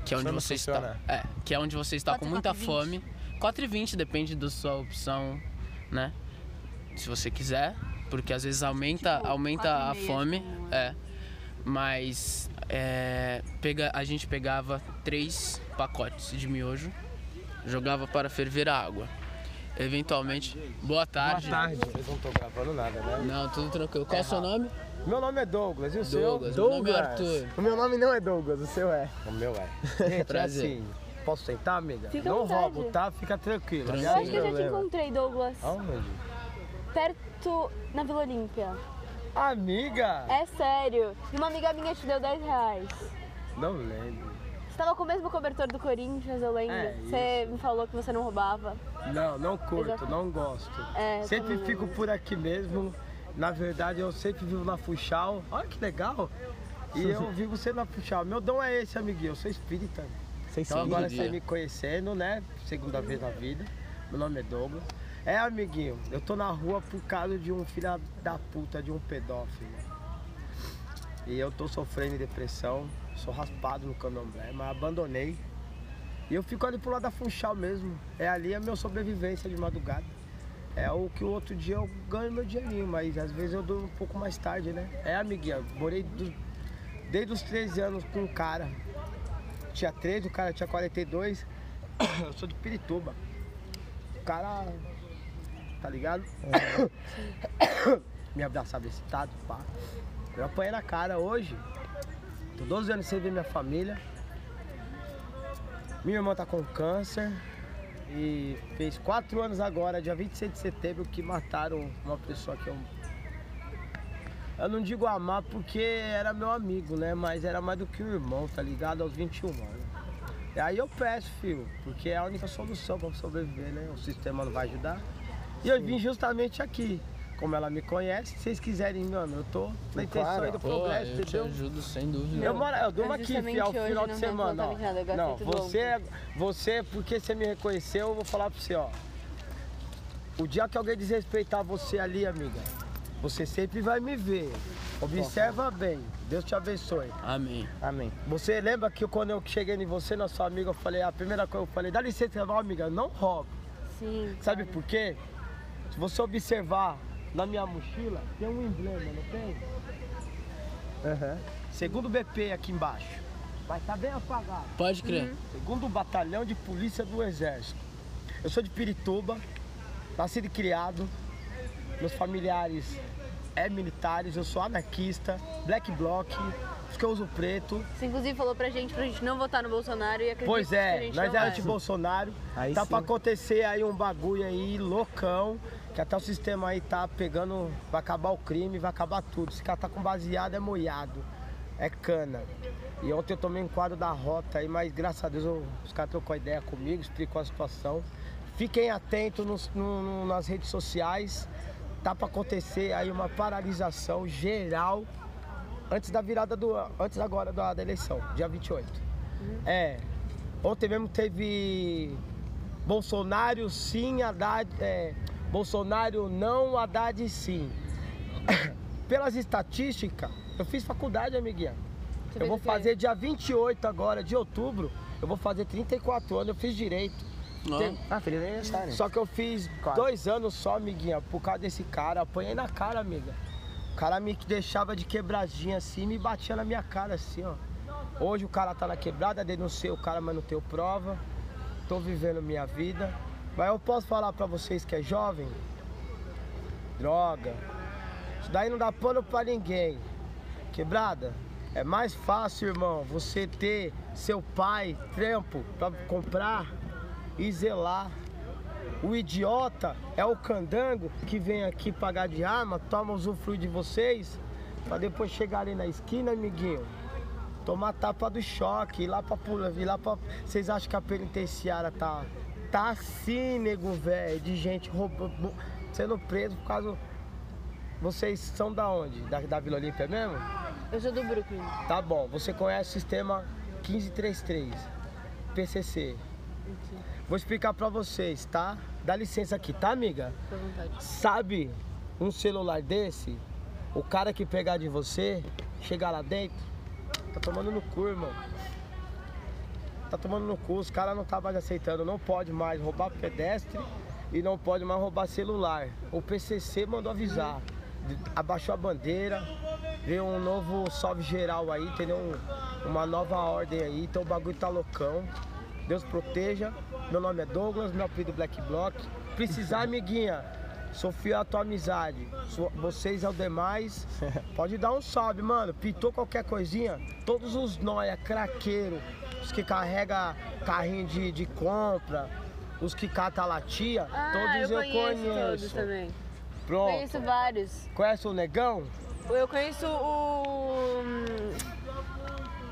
que é onde Sono você funciona? está, é, que é onde você está Quatro, com muita quatro e fome. 4 e 20 depende da sua opção, né? Se você quiser, porque às vezes aumenta, Tipo, aumenta quatro e a meia, fome, tipo, né? é. Mas é, pega, a gente pegava três pacotes de miojo, jogava para ferver a água. Eventualmente, boa tarde. Tarde. Vocês não estão gravando nada, né? Não, tudo tranquilo. Qual é o seu nome? Meu nome é Douglas, e o Douglas. seu? Meu nome é Arthur. O meu nome não é Douglas, o seu é. O meu é. Gente, é (laughs) Prazer. assim. Posso sentar, amiga? Fica à não vontade. roubo, tá? Fica tranquila. Tranquilo. Eu não acho que eu já te problema. encontrei, Douglas. Aonde? Perto na Vila Olímpia. Amiga! É sério. E uma amiga minha te deu 10 reais. Não lembro. Você tava com o mesmo cobertor do Corinthians, eu lembro. É, você me falou que você não roubava. Não, não curto, Exato. não gosto. É, eu sempre também fico lembro. por aqui mesmo. Na verdade, eu sempre vivo na Funchal. Olha que legal. E eu vivo sempre na Funchal. Meu dom é esse, amiguinho. Eu sou espírita. Sem Então Sim, agora bom dia. você me conhecendo, né? Segunda vez na vida. Meu nome é Douglas. É, amiguinho, eu tô na rua por causa de um filho da puta, de um pedófilo. E eu tô sofrendo depressão, sou raspado no candomblé, mas abandonei. E eu fico ali pro lado da Funchal mesmo. É ali a minha sobrevivência de madrugada. É o que o outro dia eu ganho meu dinheirinho, mas às vezes eu durmo um pouco mais tarde, né? É, amiguinha, morei do- desde os 13 anos com um cara. Tinha 13, o cara tinha 42. (coughs) Eu sou de Pirituba. O cara. Tá ligado? (coughs) Me abraçava excitado, pá. Eu apanhei na cara hoje. Tô 12 anos sem ver minha família. Minha irmã tá com câncer. E fez 4 anos agora, dia 26 de setembro, que mataram uma pessoa que eu. Eu não digo amar porque era meu amigo, né? Mas era mais do que um irmão, tá ligado? Aos 21 anos. E aí eu peço, filho, porque é a única solução pra sobreviver, né? O sistema não vai ajudar. E eu vim justamente aqui. Como ela me conhece, se vocês quiserem, mano, eu tô na intenção Claro. aí do Pô, progresso, eu te entendeu? ajudo, sem dúvida. Eu, moro, eu durmo Mas aqui, justamente fi, ao hoje final não de vai semana. faltar Ó. nada, eu gastei Não, tá tudo você, você, porque você me reconheceu, eu vou falar pra você, ó. O dia que alguém desrespeitar você ali, amiga, você sempre vai me ver. Observa bem. Deus te abençoe. Amém. Amém. Você lembra que quando eu cheguei em você, na sua amiga, eu falei, a primeira coisa que eu falei, dá licença, ó, amiga, não rouba. Sim. Sabe por quê? Se você observar na minha mochila, tem um emblema, não tem? Segundo BP aqui embaixo. Vai estar bem apagado. Pode crer. Segundo Batalhão de Polícia do Exército. Eu sou de Pirituba, nascido e criado. Meus familiares é militares, eu sou anarquista, black bloc, porque eu uso preto. Você inclusive falou pra gente pra gente não votar no Bolsonaro e acredito Pois que a é, gente não nós é vai. tipo anti-Bolsonaro. Aí Tá sim. pra acontecer aí um bagulho aí loucão, que até o sistema aí tá pegando, vai acabar o crime, vai acabar tudo. Esse cara tá com baseado, é moiado, é cana. E ontem eu tomei um quadro da rota aí, mas graças a Deus eu- os caras trocou ideia comigo, explicou a situação. Fiquem atentos nos- no- no- nas redes sociais. Tá pra acontecer aí uma paralisação geral antes da virada do ano, antes agora da, da eleição, dia 28. É. Ontem mesmo teve Bolsonaro sim, Haddad. É, Bolsonaro não, Haddad sim. (coughs) Pelas estatísticas, eu fiz faculdade, amiguinha. Você eu fez vou o quê? fazer dia 28 agora de outubro, eu vou fazer 34 anos, eu fiz direito. Uhum. Ó, Tem- Ah, feliz aniversário. só que eu fiz Claro. dois anos só, amiguinha, por causa desse cara. Apanhei na cara, amiga. O cara me deixava de quebradinha assim, me batia na minha cara assim, ó. Hoje o cara tá na quebrada, denunciei o cara, mas não tenho prova. Tô vivendo minha vida. Mas eu posso falar pra vocês que é jovem? Droga. Isso daí não dá pano pra ninguém. Quebrada, é mais fácil, irmão, você ter seu pai, trampo, pra comprar e zelar. O idiota é o candango que vem aqui pagar de arma, toma usufrui de vocês, pra depois chegar ali na esquina, amiguinho. Tomar tapa do choque, ir lá pra pula, ir lá pra. Vocês acham que a penitenciária tá. Tá assim, nego velho, de gente roubando, sendo preso por causa. Vocês são da onde? Da, da Vila Olímpia mesmo? Eu sou do Brooklyn. Tá bom, você conhece o sistema 1533, PCC. Vou explicar pra vocês, tá? Dá licença aqui, tá, amiga? Fica à vontade. Sabe um celular desse? O cara que pegar de você, chegar lá dentro, tá tomando no cu, irmão. Tá tomando no cu, os caras não tá mais aceitando. Não pode mais roubar pedestre e não pode mais roubar celular. O PCC mandou avisar. De- Abaixou a bandeira, veio um novo salve geral aí, entendeu? Um- Uma nova ordem aí, então o bagulho tá loucão. Deus proteja. Meu nome é Douglas, meu apelido é Black Block. Precisar, amiguinha, sou fiel à tua amizade. Sou- Vocês é o demais. Pode dar um salve, mano. Pintou qualquer coisinha, todos os nóia, craqueiro, os que carrega carrinho de, de compra, os que cata latia, Ah, todos eu, eu conheço, todos também. Pronto. Conheço vários. Conhece o negão? Eu conheço o. hum,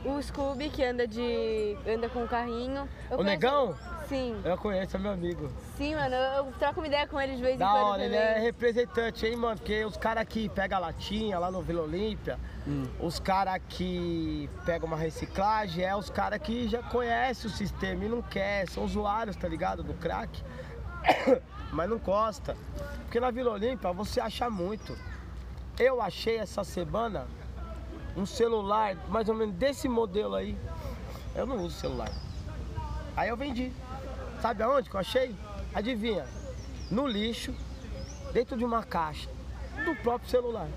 O Scooby que anda de. anda com o carrinho. Eu O conheço- negão? Sim, Eu conheço, é meu amigo. sim, mano. Eu eu troco uma ideia com ele de vez em Da quando hora, também. ele é representante, hein, mano? Porque os caras que pegam latinha lá no Vila Olímpia, os caras que pegam uma reciclagem, é os caras que já conhecem o sistema e não quer, são usuários, tá ligado? Do crack. (coughs) Mas não gosta. Porque na Vila Olímpia você acha muito. Eu achei essa semana um celular mais ou menos desse modelo aí. Eu não uso celular. Aí eu vendi. Sabe aonde que eu achei? Adivinha? No lixo, dentro de uma caixa, do próprio celular.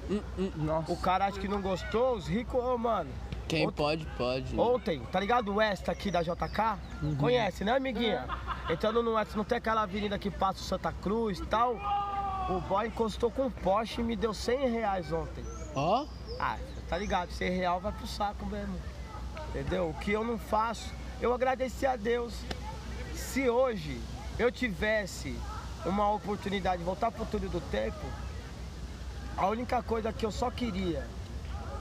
Nossa. O cara acha que não gostou, os ricos, ô mano. Quem Outra- pode, pode. né? Ontem, tá ligado? O Extra aqui da JK? Conhece, né, amiguinha? Entrando no Extra, não tem aquela avenida que passa o Santa Cruz e tal. O boy encostou com um poste e me deu 100 reais ontem. Ó, Ah, tá ligado, ser real vai pro saco mesmo. Entendeu? O que eu não faço, eu agradeci a Deus. Se hoje eu tivesse uma oportunidade de voltar pro túnel do tempo, a única coisa que eu só queria,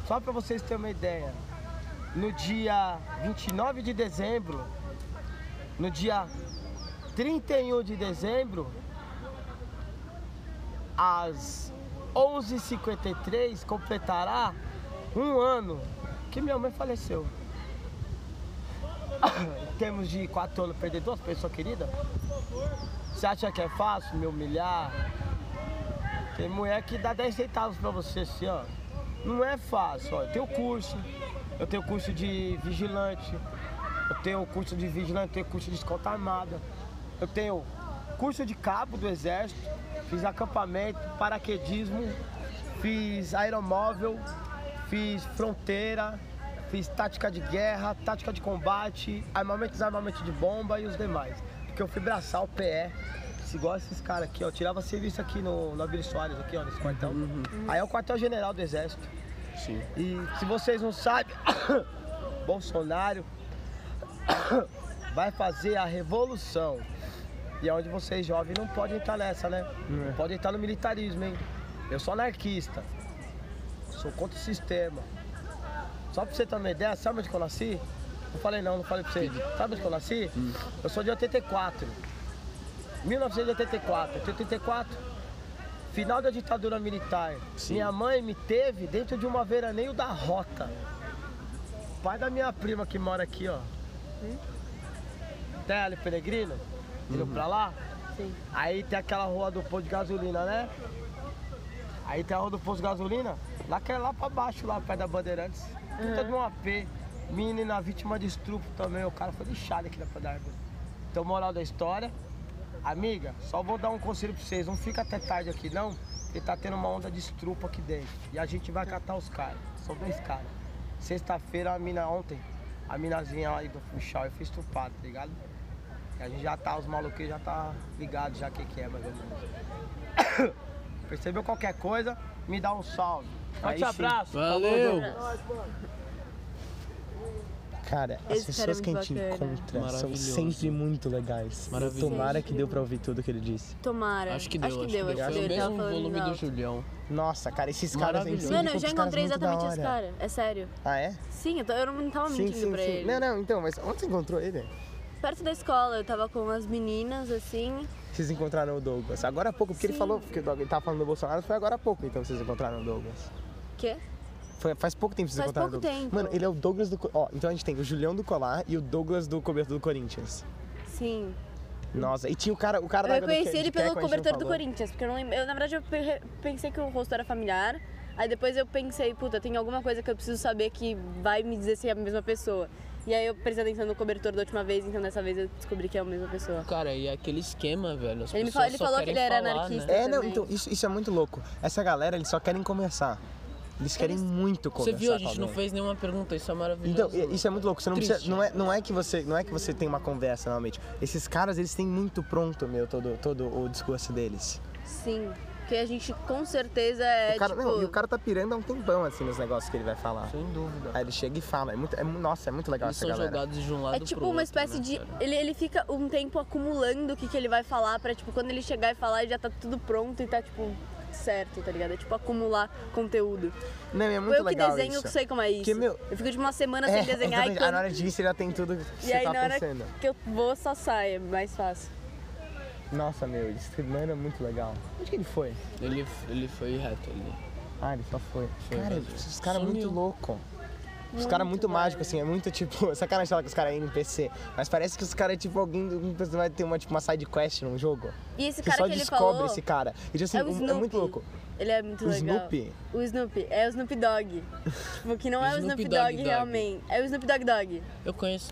só pra vocês terem uma ideia, no dia 29 de dezembro, no dia 31 de dezembro, às 11h53 completará um ano que minha mãe faleceu. (coughs) em termos de quatro anos, perder duas pessoas queridas? Você acha que é fácil me humilhar? Tem mulher que dá 10 centavos pra você, assim, ó. Não é fácil, ó. Eu tenho curso, eu tenho curso de vigilante, eu tenho curso de vigilante, eu tenho curso de escolta armada, eu tenho curso de cabo do exército, fiz acampamento, paraquedismo, fiz aeromóvel, fiz fronteira, fiz tática de guerra, tática de combate, armamento e desarmamento de bomba e os demais. Porque eu fui braçal, PE, se igual esses caras aqui, ó. Eu tirava serviço aqui no, no Abílio Soares, aqui, ó, nesse quartel. Aí é o quartel general do exército. sim. E se vocês não sabem, (coughs) Bolsonaro vai fazer a revolução. E é onde vocês jovens não podem entrar nessa, né? Não podem entrar no militarismo, hein? Eu sou anarquista. Sou contra o sistema. Só pra você ter uma ideia, sabe onde que eu nasci? Não falei não, não falei pra você. Sabe onde que eu nasci? Eu sou de 84. 1984. 84, final da ditadura militar. Minha mãe me teve dentro de uma veraneio da Rota. Pai da minha prima que mora aqui, ó. Tem ali Peregrino? Indo pra lá? Sim. Aí tem aquela rua do posto de gasolina, né? Aí tem a rua do posto de gasolina, lá que é lá pra baixo, lá perto da Bandeirantes. Puta de um AP. Menina vítima de estupro também, o cara foi lixado aqui na pé da árvore. Então, moral da história, amiga, só vou dar um conselho pra vocês, não fica até tarde aqui não, porque tá tendo uma onda de estrupo aqui dentro. E a gente vai catar os caras, são dois caras. Sexta-feira, a mina ontem, a minazinha aí do Funchal, eu fui estupada, tá ligado? E a gente já tá, os maluquinhos já tá ligado já o que que é mais ou menos. (coughs) Percebeu qualquer coisa, me dá um salve. Aí Forte sim. abraço. Valeu! Cara, as Esse cara é pessoas muito que a gente bacana. encontra são Maravilhoso. sempre muito legais. Maravilhoso. Tomara que deu pra ouvir tudo que ele disse. Tomara. Acho que deu, acho que deu. acho que Foi deu. o Ele tava um mesmo falando volume do alto. Julião. Nossa, cara, esses caras a gente Maravilhoso. sempre Mano, eu já encontra uns encontrei caras muito exatamente da esse hora. cara. É sério. Ah, é? Sim, eu, tô- eu não tava Sim, mentindo sim, pra sim. ele. Não, não, então, mas onde você encontrou ele? Perto da escola, eu tava com as meninas, assim. Vocês encontraram o Douglas. Agora há pouco, porque ele Sim. falou, porque ele tava falando do Bolsonaro, foi agora há pouco, então vocês encontraram o Douglas. Quê? Foi- faz pouco tempo que vocês Faz encontraram pouco o Douglas. tempo. Mano, ele é o Douglas do. co- Ó, então a gente tem o Julião do Colar e o Douglas do cobertor do Corinthians. Sim. Nossa, e tinha o cara, o cara da eu água do reconheci que- ele de Queco, pelo a gente não cobertor do falou. Corinthians, porque eu não lembro. Eu, na verdade, eu pe- pensei que o rosto era familiar. Aí depois eu pensei, puta, tem alguma coisa que eu preciso saber que vai me dizer se é a mesma pessoa. E aí eu prestei atenção no cobertor da última vez, então dessa vez eu descobri que é a mesma pessoa. Cara, e é aquele esquema, velho. As Ele me pessoas fa- ele só falou que querem ele era falar, anarquista. Né? É, não, também. então, isso, isso é muito louco. Essa galera, eles só querem conversar. Eles querem muito Você conversar. viu? A com gente não alguém. fez nenhuma pergunta, isso é maravilhoso. Então, i- isso é muito louco. Você não Triste. precisa. Não é, não é que você, não é que você tem uma conversa normalmente. Esses caras, eles têm muito pronto, meu, todo, todo o discurso deles. Sim. Porque a gente com certeza é. o cara, tipo, não, e o cara tá pirando há um tempão assim nos negócios que ele vai falar. Sem dúvida. Aí ele chega e fala. É muito, é, mu- nossa, é muito legal Eles essa são galera. jogados de um lado É pro tipo uma outro, espécie né, de. cara? Ele, ele fica um tempo acumulando o que, que ele vai falar pra, tipo, quando ele chegar e falar, ele já tá tudo pronto e tá, tipo, certo, tá ligado? É tipo acumular conteúdo. Não, e é muito eu que legal desenho, isso. sei como é isso. Porque, meu- Eu fico, tipo, uma semana É, sem desenhar e exatamente. quando... Aí na hora disso já tem tudo que E você aí tá na hora pensando. que eu vou, só sai, é mais fácil. Nossa, meu, esse mano é muito legal. Onde que ele foi? Ele, ele foi reto ali. Ah, ele só foi. Foi, cara, velho. esses caras muito Sumiu. louco. Os caras muito velho. mágicos, assim, é muito tipo. (laughs) Sacanagem falar que os caras é NPC, mas parece que os caras é tipo alguém. Um personagem vai ter uma, tipo, uma side quest num jogo. E esse Você cara só que ele descobre falou... esse cara. E tipo, assim, é o um- Snoopy. é muito louco. Ele é muito O legal. Snoopy? O Snoopy. É o Snoop (laughs) Dogg. tipo, que não é o Snoop Snoop Dogg Dogg, Dogg. realmente. É o Snoop Dogg Dogg. Eu conheço.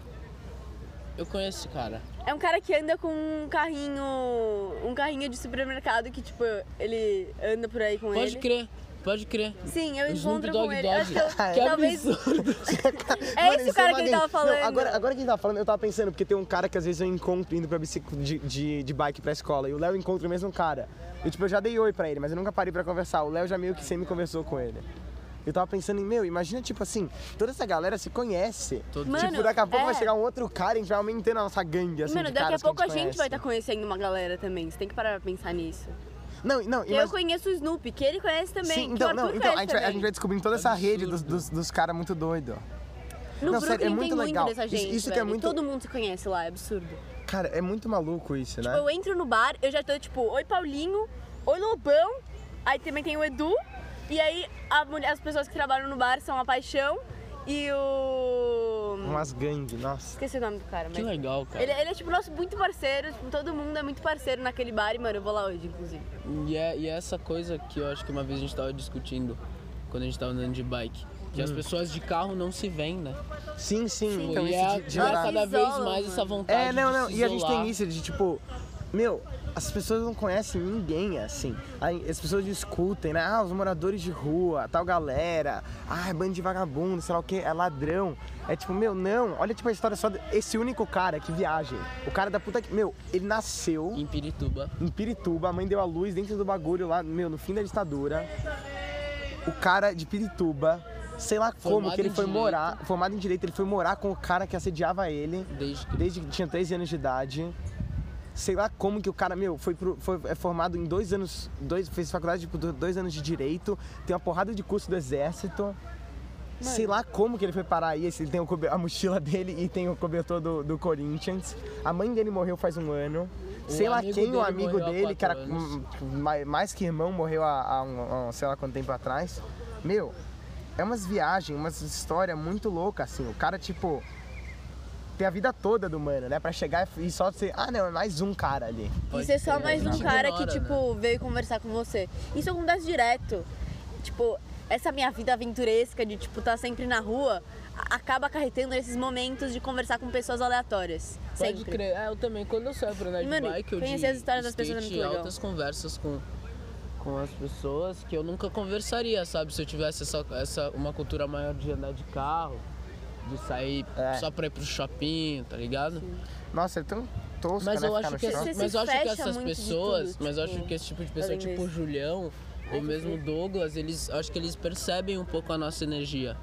Eu conheço esse cara. É um cara que anda com um carrinho... Um carrinho de supermercado que, tipo, ele anda por aí com Pode ele. crer, pode crer. Sim, eu O Snoop encontro com Dog ele. (laughs) Dog. Acho que eu- (laughs) Que talvez... É absurdo. Mano, esse eles o são cara que ele magníficos. tava falando. Não, agora, agora que ele tava falando, eu tava pensando, porque tem um cara que às vezes eu encontro indo pra bicic... de, de, de bike pra escola. E o Léo encontra o mesmo cara. Eu, tipo, eu já dei oi pra ele, mas eu nunca parei pra conversar. O Léo já meio que sempre conversou com ele. Eu tava pensando em, meu, imagina, tipo assim, toda essa galera se conhece. Todo- Mano, tipo, daqui a pouco é. vai chegar um outro cara e a gente vai aumentando a nossa gangue, assim, Mano, de daqui a caras pouco que a gente, vai estar conhece. conhecendo uma galera também. Você tem que parar pra pensar nisso. Não, não, Que tá- eu imagina... conheço o Snoopy, que ele conhece também. Sim, que o então, Arthur não, então a conhece gente, vai, a também. gente vai descobrindo toda essa rede dos, dos, dos caras muito doido. No Não, Brooklyn sério, é muito tem legal. muito dessa Isso- gente, isso que é velho, e muito- Todo mundo se conhece lá, é absurdo. Cara, é muito maluco isso, né? Eu entro no bar, eu já tô tipo, oi Paulinho, oi Lobão, aí também tem o Edu, e aí a mulher- as pessoas que trabalham no bar são a Paixão e o... Umas gangues, nossa. Esqueci o nome do cara, (laughs) mas... Que legal, cara. Ele, ele é, tipo, nosso muito parceiro, tipo, todo mundo é muito parceiro naquele bar e, mano, eu vou lá hoje, inclusive. E é, e é essa coisa que eu acho que uma vez a gente tava discutindo quando a gente tava andando de bike. Que Hum. as pessoas de carro não se veem, né? Sim, sim, Sim. então e isso é, de, de é orar. cada Se vez isola, mais mano. essa vontade É, não, de não. se E a gente isolar. tem isso de tipo. Meu, as pessoas não conhecem ninguém assim. Aí As pessoas discutem, né? Ah, os moradores de rua, tal galera. Ah, é bando de vagabundo, sei lá o que, é ladrão. É tipo, meu, não. Olha tipo a história só desse único cara que viagem. O cara da puta que. Meu, ele nasceu Em Pirituba. em Pirituba, a mãe deu a luz dentro do bagulho lá, meu, no fim da ditadura. O cara de Pirituba, sei lá como, Formado que ele em foi direito. morar, formado em direito, ele foi morar com o cara que assediava ele Desde que desde que tinha 13 anos de idade. Sei lá como que o cara, meu, foi, pro- foi é formado em dois anos, dois, fez faculdade tipo, do- dois anos de direito, tem uma porrada de curso do exército. Sei lá como que ele foi parar aí, se ele tem o cobe- a mochila (laughs) dele e tem o cobertor do, do Corinthians. A mãe dele morreu faz um ano. O sei lá amigo quem o dele amigo morreu há quatro dele, que era anos. um- mai- mais que irmão, morreu há, há um, há um- sei lá quanto tempo atrás. Meu, é umas viagens, umas histórias muito loucas, assim. O cara, tipo, tem a vida toda do mano, né? Pra chegar e só ser, ah, não, é mais um cara ali. E Pode ser só ser, mais né? um Te cara que, ignora, tipo, né? veio conversar com você. Isso acontece direto. Tipo, essa minha vida aventuresca de, tipo, estar sempre na rua a- acaba acarretando esses momentos de conversar com pessoas aleatórias. Pode sempre. crer. É, eu também. Quando eu saio pra andar de Mano, bike, eu conhecer de as histórias das pessoas é skate, muito legal. altas conversas com, com as pessoas que eu nunca conversaria, sabe? Se eu tivesse essa, essa- uma cultura maior de andar de carro, de sair É. só pra ir pro shopping, tá ligado? Nossa, é tão tosco, Mas né? eu ficar acho no que, shopping. shopping. Você essas, se mas eu acho que fecha essas muito de tudo, pessoas, mas eu acho tipo, que esse tipo de pessoa, além tipo o disso. Julião, ou que mesmo o frio. Douglas, eles acho que eles percebem um pouco a nossa energia.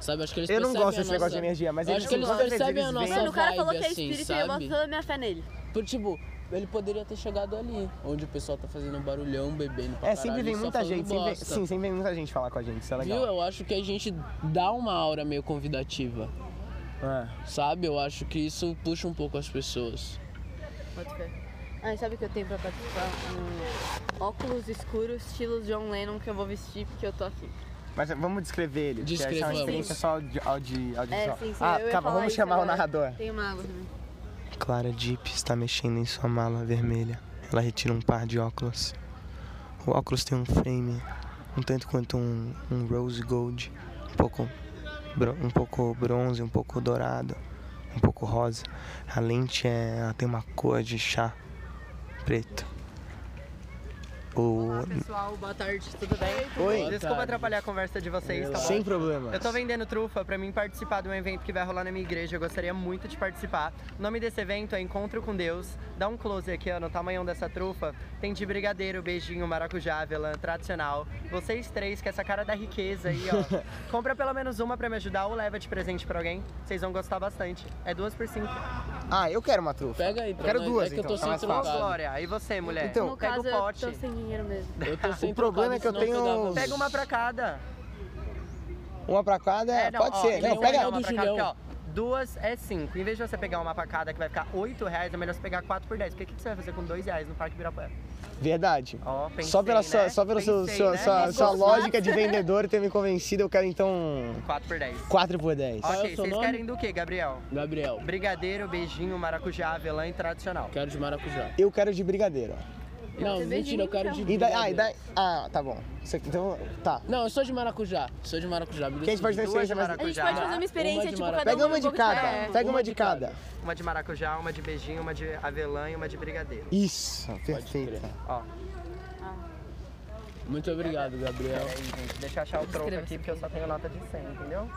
Sabe? Acho que eles Eu não percebem gosto a desse negócio nossa- de energia, mas Eu eles acho que eles não gostam, mas percebem a eles nossa veem. Mano, o cara falou que é vibe, espírito assim, e eu boto sabe? toda a minha fé nele. Por, tipo, ele poderia ter chegado ali, onde o pessoal tá fazendo um barulhão, bebendo pra É, sempre caralho, vem só muita falando gente, sempre vem, bosta. sim, sempre vem muita gente falar com a gente, isso é Viu? legal. Eu acho que a gente dá uma aura meio convidativa, É. sabe? Eu acho que isso puxa um pouco as pessoas. Boto fé. Ah, e sabe o que eu tenho pra participar? Um óculos escuros, estilo John Lennon, que eu vou vestir porque eu tô aqui. Mas vamos descrever ele, porque essa é uma Descrevamos. experiência só audi, audi, É, audiovisual. sim, sim. ah, eu ia calma, falar vamos isso chamar o agora. narrador. Tem uma água também. Clara Deep está mexendo em sua mala vermelha. Ela retira um par de óculos. O óculos tem um frame um tanto quanto um, um rose gold, um pouco, bro- um pouco bronze, um pouco dourado, um pouco rosa. A lente é, ela tem uma cor de chá preto. O... Pessoal, boa tarde, tudo bem? Oi, Desculpa atrapalhar a conversa de vocês, tá bom? sem problema. Eu tô vendendo trufa pra mim participar de um evento que vai rolar na minha igreja. Eu gostaria muito de participar. O nome desse evento é Encontro com Deus. Dá um close aqui, ó, no tamanhão dessa trufa. Tem de brigadeiro, beijinho, maracujá, velã, tradicional. Vocês três, com essa cara da riqueza aí, (laughs) ó. Compra pelo menos uma pra me ajudar ou leva de presente pra alguém. Vocês vão gostar bastante. É duas por cinco. Tá. Ah, eu quero uma trufa. Pega aí pra eu quero nós, duas, é que eu tô então, tá sem mais Ô, trocado. fácil. Glória, e você, mulher? Então, No Pega caso, o pote. eu tô sem dinheiro mesmo. Eu tô sem O problema é que eu trocado, senão tenho- pegava- Pega uma pra cada. Uma pra cada, É, não, pode ó, ser. ele Não, vai pega... dar uma do pra cada, Julião. porque, ó, duas é cinco. Em vez de você pegar uma pra cada que vai ficar 8 reais, é melhor você pegar 4 por 10. Porque o que que você vai fazer com 2 reais no Parque Ibirapuera? Verdade. Ó, pensei, Só pela, né? sua, só pela sua, Pensei, sua, né? sua, Mas sua vou- lógica de vendedor e ter me convencido, eu quero então 4 por 10. 4 por 10. é o Ok, seu vocês nome? querem do que, Gabriel? Gabriel, Brigadeiro, beijinho, maracujá, avelã e tradicional. quero de maracujá. Eu quero de brigadeiro. Não, mentira, eu quero de E daí, ah, e brigadeiro. daí, ah, tá bom. Você- Então, tá. Não, eu sou de maracujá. Sou de maracujá. me Que a gente decidi. pode ter Duas experiência de mais... A gente maracujá, pode fazer uma experiência, de tipo, maracujá. cada um Pega uma um de pouco É. cada, pega uma de cada. uma de maracujá, uma de beijinho, uma de avelã e uma de brigadeiro. Isso, perfeito. Ó, Muito obrigado, Gabriel. peraí, gente, deixa eu achar o troco aqui, porque eu só tenho nota de (laughs) 100, entendeu?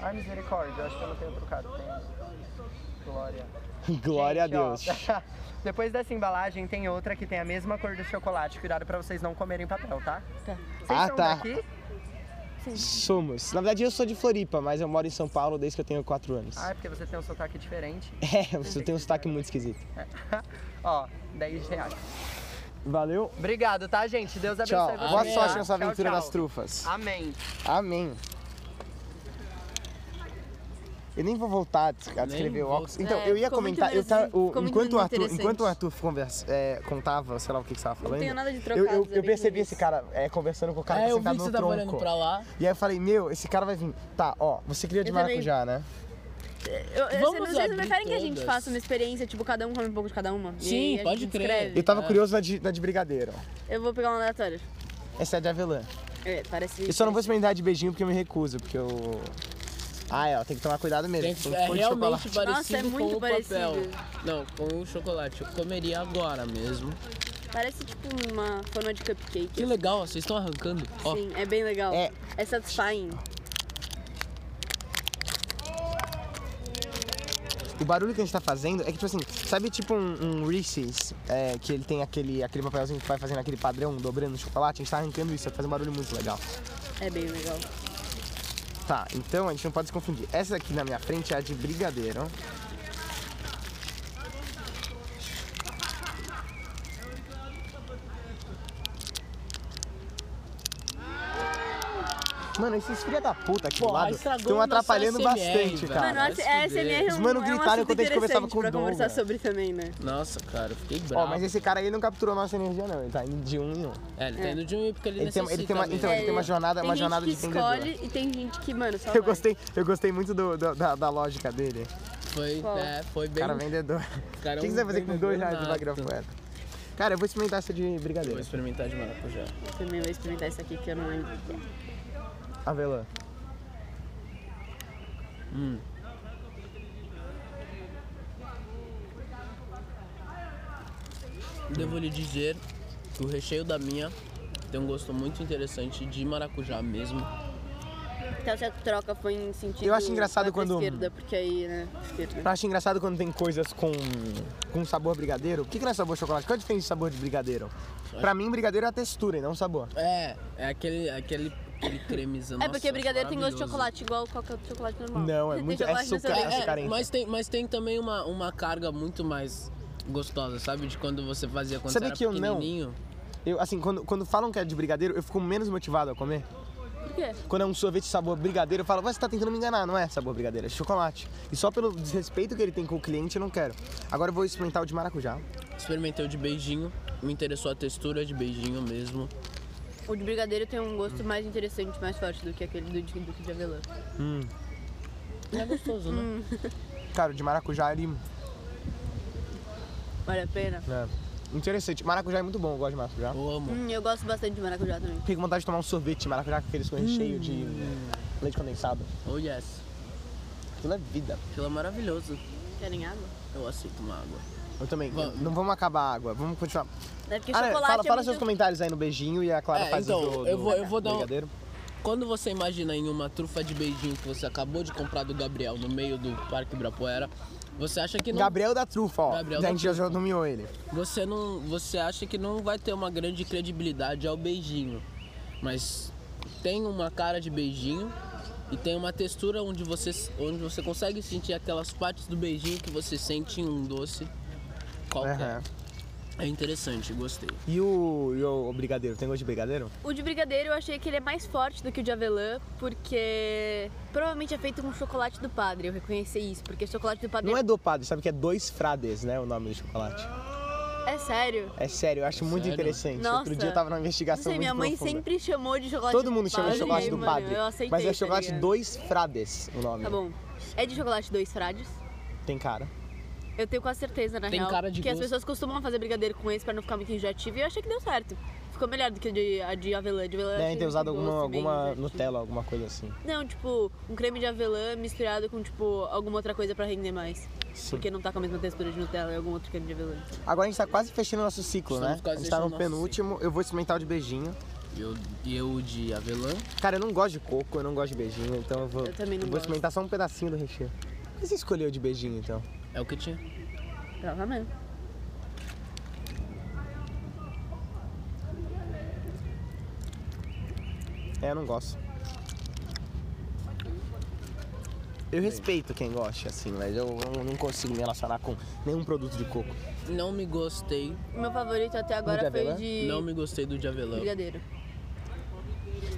Ai, misericórdia, eu acho que eu não tenho trocado. Tenho. Glória. Glória Gente, a ó, Deus. (laughs) Depois dessa embalagem tem outra que tem a mesma cor do chocolate. Cuidado pra vocês não comerem papel, tá? Tá. Vocês Ah, são tá. daqui? Somos. Na verdade, eu sou de Floripa, mas eu moro em São Paulo desde que eu tenho 4 anos. Ah, é porque você tem um sotaque diferente. (laughs) É, você tem um sotaque muito esquisito. Ó, 10 reais. Valeu. Obrigado, tá, gente? Deus abençoe Tchau. vocês. Boa tá? sorte nessa Tchau, aventura tchau. das trufas. Amém. Amém. Eu nem vou voltar a des- a descrever o vou- óculos. Então, É, eu ia ficou muito comentar. Eu tava, o- ficou muito enquanto, o Arthur, interessante. enquanto o Arthur conversa, é, contava, sei lá o que, que você tava Não falando. tenho nada de eu, eu, trocados, eu é bem percebi isso. esse cara é, conversando com o cara É, que eu vi sentado que no você tava olhando tronco. pra lá. E aí eu falei, meu, esse cara vai vir. Tá, ó, você queria de Eu também. maracujá, né? Eu, eu, vocês Vamos vocês abrir preferem que a gente todas. faça uma experiência, tipo, cada um come um pouco de cada uma? E Sim, aí a gente pode crer. descreve? Eu tava É. curioso na de, na de brigadeiro. Eu vou pegar uma aleatória. Essa é a de avelã. É, parece... Eu só não vou experimentar de beijinho porque eu me recuso, porque eu... Ah, é, ó, tem que tomar cuidado mesmo. Tem- porque é foi de chocolate. realmente parecido Nossa, é com muito o papel. parecido. Não, com o chocolate. Eu comeria agora mesmo. Parece, tipo, uma forma de cupcake. Que legal, ó, vocês estão arrancando. Ó, Sim, é bem legal. Tipo, É. é satisfying. O barulho que a gente tá fazendo é que, tipo assim, sabe tipo um, um Reese's, é, que ele tem aquele, aquele papelzinho que vai fazendo aquele padrão, dobrando o chocolate? A gente tá arrancando isso, faz um barulho muito legal. É bem legal. Tá, então a gente não pode se confundir. Essa aqui na minha frente é a de brigadeiro. Mano, esses filha da puta aqui do Porra, lado estragou estão nossa atrapalhando SMR, bastante, velho. cara. Mano, vai a se a fuder. SMR é Os um, mano é um gritaram assunto enquanto a gente conversava interessante com o pra Douglas. conversar sobre também, né? nossa, cara, eu fiquei bravo. Ó, mas esse cara aí não capturou nossa energia, não. Ele tá indo de um em um. É, ele tá indo de um e porque ele, Ele tem- necessita ele tem uma- mesmo. então, ele tem uma jornada- tem uma gente jornada que de vendedor. escolhe e tem gente que, mano, só (laughs) Eu vai. gostei, eu gostei muito do- do- da, da lógica dele. Foi, Qual? é, foi bem... Cara, vendedor. (laughs) cara, O é que, que um você vai fazer com dois reais de vendedor nato. magrafueta? Cara, eu vou experimentar essa de Vou brigadeiro. experimentar de maracujá. Eu também vou experimentar isso aqui que eu não lembro. o que é. Avelã. Devo lhe dizer que o recheio da minha tem um gosto muito interessante de maracujá mesmo. Então essa troca foi em sentido. Eu acho engraçado vai pra quando- esquerda, porque aí, né? Eu Esquerda. acho engraçado quando tem coisas com, com sabor brigadeiro. O que, que não é sabor chocolate? Qual a diferença de sabor de brigadeiro? Pra mim, brigadeiro é a textura e não o sabor. É, é aquele, aquele aquele cremezão. (laughs) é porque Nossa, brigadeiro tem gosto de maravilhoso. chocolate, igual qualquer outro chocolate normal. Não, (laughs) é Tem muito- é chocolate no açúcar, sorvete. açúcar. É, carência. mas tem, mas tem também uma, uma carga muito mais gostosa, sabe? De quando você fazia quando Sabe você era que eu não? pequenininho. Eu, assim, quando, quando falam que é de brigadeiro, eu fico menos motivado a comer. Por quê? Quando é um sorvete sabor brigadeiro, eu falo, mas você tá tentando me enganar, não é sabor brigadeiro, é chocolate. E só pelo desrespeito que ele tem com o cliente, eu não quero. Agora eu vou experimentar o de maracujá. Experimentei o de beijinho, me interessou a textura de beijinho mesmo. O de brigadeiro tem um gosto mais interessante, mais forte do que aquele do de, do que de avelã. É gostoso, né? Cara, o de maracujá, ele... Vale a pena? É, interessante. Maracujá é muito bom, eu gosto de maracujá. Eu amo. Hum, eu gosto bastante de maracujá também. Fiquei com vontade de tomar um sorvete de maracujá com aqueles com recheio de Hum. leite condensado. Oh yes. Aquilo é vida. Aquilo é maravilhoso. Querem água? Eu aceito uma água. Eu também. Vamos. Não vamos acabar a água, vamos continuar. É porque Ah, né, chocolate fala é fala muito... seus comentários aí no beijinho e a Clara É, faz então, o do, do eu vou- eu vou dar um- brigadeiro. Quando você imagina em uma trufa de beijinho que você acabou de comprar do Gabriel no meio do Parque Ibirapuera, você acha que não Gabriel da Trufa, ó. Gabriel a da gente já, já nomeou ele. você não você acha que não vai ter uma grande credibilidade ao beijinho mas tem uma cara de beijinho e tem uma textura onde você onde você consegue sentir aquelas partes do beijinho que você sente em um doce qualquer Aham. é interessante gostei E o, e o brigadeiro? Tem gosto de brigadeiro? O de brigadeiro eu achei que ele é mais forte do que o de avelã, porque provavelmente é feito com chocolate do padre, eu reconheci isso, porque chocolate do padre Não é dopado, sabe que é dois frades, né? O nome do chocolate. é sério. É sério, eu acho muito sério? interessante. Nossa. Outro dia eu tava numa Não investigação sei, muito minha mãe profunda. sempre chamou de chocolate Todo do mundo chama padre, de chocolate e, do mano, padre. eu aceitei, mas é tá chocolate ligado? dois frades o nome. Tá bom. É de chocolate dois frades? Tem cara. Eu tenho quase certeza, na Tem real. cara de porque as gosto. pessoas costumam fazer brigadeiro com esse pra não ficar muito enjoativo e eu achei que deu certo. Ficou melhor do que a de, a de avelã. De avelã eu achei Devem ter muito usado alguma, doce, bem alguma enjoativo. Nutella, alguma coisa assim. Não, tipo, um creme de avelã misturado com, tipo, alguma outra coisa pra render mais. Sim. Porque não tá com a mesma textura de Nutella e algum outro creme de avelã. Agora a gente tá quase fechando o nosso ciclo, Estamos né? quase a gente tá fechando no o nosso penúltimo. Eu vou experimentar o de beijinho. e eu, e eu de avelã Cara, eu não gosto de coco, eu não gosto de beijinho, então eu vou, Eu também não vou gosto. experimentar só um pedacinho do recheio. Por que você escolheu o de beijinho, então? é o que tinha Provavelmente. É, eu não gosto. Eu respeito quem gosta, assim, mas eu eu não consigo me relacionar com nenhum produto de coco. não me gostei O meu favorito até de agora foi avelã? o de não me gostei do de avelã brigadeiro.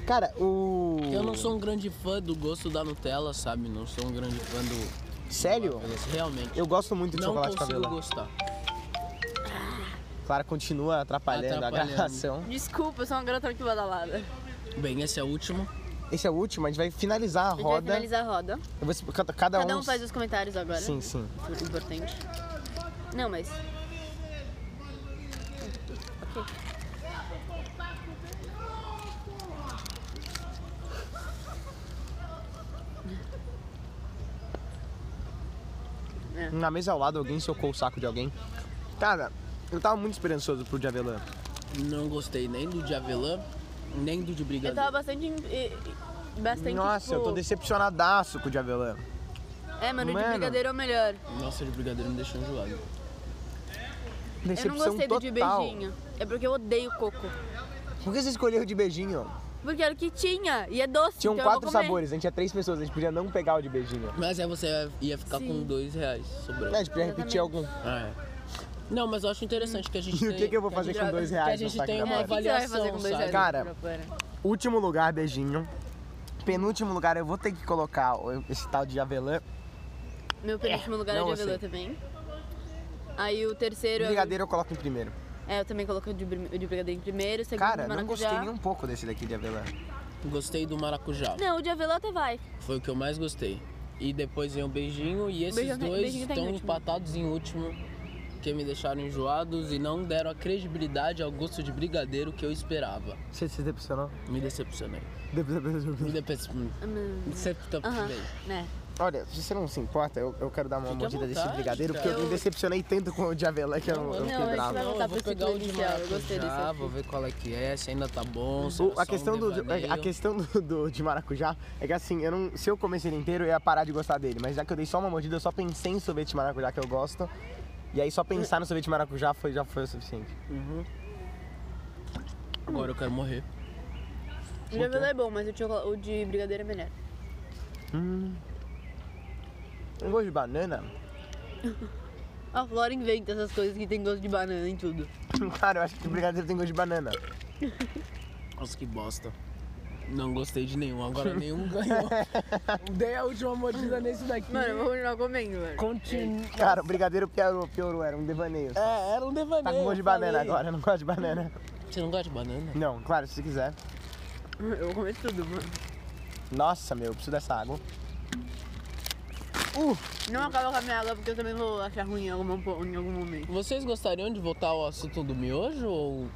Cara, o. eu não sou um grande fã do gosto da Nutella sabe não sou um grande fã do Sério? né? realmente Eu gosto muito de não chocolate com consigo avelã. gostar Clara continua atrapalhando, Atrapalhando. a (laughs) gravação. Desculpa, eu sou uma garota muito badalada. bem esse é o último Esse é o último, a gente vai finalizar a A gente vai roda. finalizar a roda. Eu vou explicar- cada, Cada um uns- faz né? os comentários agora. Sim, sim. Importante. Não, mas. É. Na mesa ao lado, alguém socou o saco de alguém. Cara, eu tava muito esperançoso pro de avelã. Não gostei nem do de avelã, nem do de Eu brigadeiro. tava bastante. em- e- e- Bastante. Nossa, tipo, eu tô decepcionadaço com o de avelã. É, mano, o de Mano. brigadeiro é o melhor. Nossa, de brigadeiro me deixou enjoado. Eu não Decepção gostei do total. de beijinho. É porque eu odeio coco. Por que você escolheu o de beijinho? Porque era o que tinha. E é doce. Tinham então eu um quatro vou comer. sabores, a gente é três pessoas, a gente podia não pegar o de beijinho. Mas aí você ia- ia ficar com Sim. dois reais sobrando. Né, a gente podia repetir algum. (laughs) Ah, é. Não, mas eu acho interessante que a gente E tem... (laughs) o que, que eu vou fazer com joga- dois que que a reais no gente saco tem da uma É, o Bora? que que você vai fazer avaliação, com dois reais? sabe? Cara, Ibirapuera? Último lugar, beijinho. Penúltimo lugar, eu vou ter que colocar o- esse tal de avelã. Meu penúltimo lugar é não de avelã gostei. também. Aí o terceiro. é o- Brigadeiro eu coloco em primeiro. É, eu também coloquei o de, brim- o de brigadeiro em primeiro. o Segundo, Cara, de não maracujá. gostei nem um pouco desse daqui de avelã. Gostei do maracujá. Não, o de avelã até vai. Foi o que eu mais gostei. E depois vem o beijinho e esses Beijinho tá- dois beijinho tá em estão último. empatados em último. Que me deixaram enjoados e não deram a credibilidade ao gosto de brigadeiro que eu esperava. Você se decepcionou? Me decepcionei. Me Decepcionou. decepcionei. Hum, Me Uhum. Aham. decepcionei. Né? Olha, se você não se importa, eu, eu quero dar uma Fique à mordida desse vontade, brigadeiro, cara. porque eu me decepcionei tanto com o de avelã que eu não, eu Não, fiquei esse bravo. vai Não, voltar Tá eu vou pro pegar ciclo o de inicial, eu gostei desse maracujá, aqui. vou ver qual é que é, se ainda tá bom, se O- era a só um questão do é, devaneio. a questão do, do- de maracujá é que assim, eu não, se eu comesse ele inteiro, eu ia parar de gostar dele. Mas já que eu dei só uma mordida, eu só pensei em sorvete de maracujá que eu gosto. E aí só pensar no sorvete de maracujá foi, já foi o suficiente. Agora eu quero morrer. O de avelã é bom, mas o de, chocola- o de brigadeiro é melhor. Um gosto de banana? A Flora inventa essas coisas que tem gosto de banana em tudo. (laughs) Cara, eu acho que brigadeiro tem gosto de banana. Nossa, que bosta. Não gostei de nenhum, agora nenhum ganhou. Dei a última mordida nesse daqui. Mano, eu vou continuar comendo, mano. Continua. Cara, o brigadeiro piorou, piorou, era um devaneio. É, era um devaneio. Tá com gosto de eu banana falei. agora, eu não gosto de banana. Você não gosta de banana? Não, claro, se quiser. (laughs) Eu vou comer tudo, mano. Nossa, meu, eu preciso dessa água. Não acaba com a minha água, porque eu também vou achar ruim em algum, po- em algum momento. Vocês gostariam de voltar ao assunto do miojo ou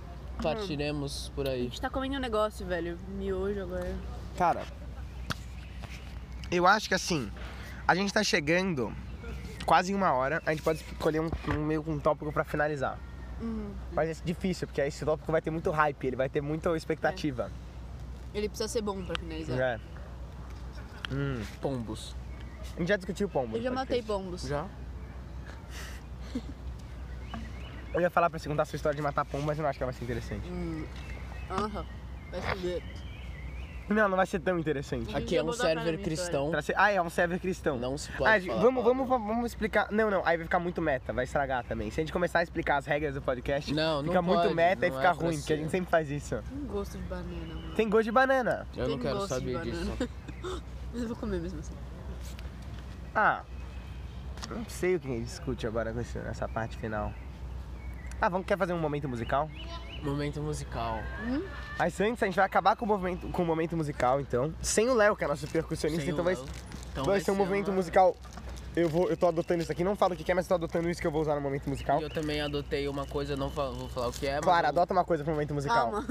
partiremos por A aí? gente tá comendo um negócio, velho. Miojo agora. Cara, eu acho que assim, a gente tá chegando quase em uma hora, a gente pode escolher um, um meio um tópico pra finalizar. Hum. Mas é difícil, porque esse tópico vai ter muito hype, ele vai ter muita expectativa. Ele precisa ser bom pra finalizar. É. Hum. Pombos. A gente já discutiu pombo. Eu já no matei podcast. pombos. Já? Eu ia falar pra você contar a sua história de matar pombo, mas eu não acho que ela vai ser interessante. Hum. Aham. Vai foder. Não, não vai ser tão interessante. Uhum. Aqui é um botar pra server mim, cristão. Pra ser- Ah, é um server cristão. Não se Ah, pode. gente, falar vamos, vamos, palavrão. vamos, explicar. Não, não, aí vai ficar muito meta, vai estragar também. Se a gente começar a explicar as regras do podcast, Não, não fica muito pode, meta e não fica é pra ruim, porque a ser. gente sempre faz isso. Tem gosto de banana, mano. Tem gosto de banana. Eu não Tem quero gosto de saber disso. banana. (laughs) Mas eu vou comer mesmo assim. Ah, não sei o que a gente discute agora com esse- nessa parte final. Ah, vamos, quer fazer um momento musical? Momento musical. Mas antes, a gente vai acabar com o movimento, com o momento musical, então. Sem o Léo, que é nosso percussionista, Sem então o vai, Léo. Então vai ser um movimento uma- musical. Eu, vou, eu tô adotando isso aqui, não falo o que que é, mas eu tô adotando isso que eu vou usar no momento musical. E eu também adotei uma coisa, não fa- vou falar o que é, mas Clara, eu- adota uma coisa pro momento musical. Calma.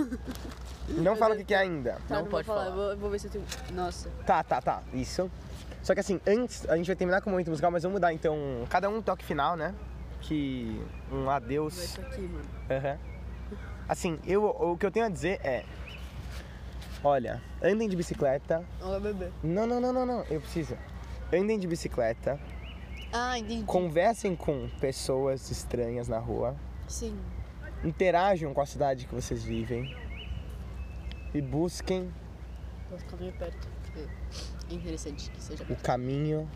Não fala o que que é ainda. Tá, Não vou pode Eu falar. vou, eu vou ver se eu tenho. Nossa. Tá, tá, tá. Isso. Só que assim, antes a gente vai terminar com o momento musical, mas vamos dar então cada um um toque final, né? Que um Vai adeus. isso aqui, mano. Aham. Assim, eu o que eu tenho a dizer é Olha, andem de bicicleta. Olha o bebê. Não, não, não, não, não, eu preciso. Andem de bicicleta, Ah, entendi. conversem com pessoas estranhas na rua, Sim. interajam com a cidade que vocês vivem e busquem Vou ficar meio perto. porque É interessante que seja. o caminho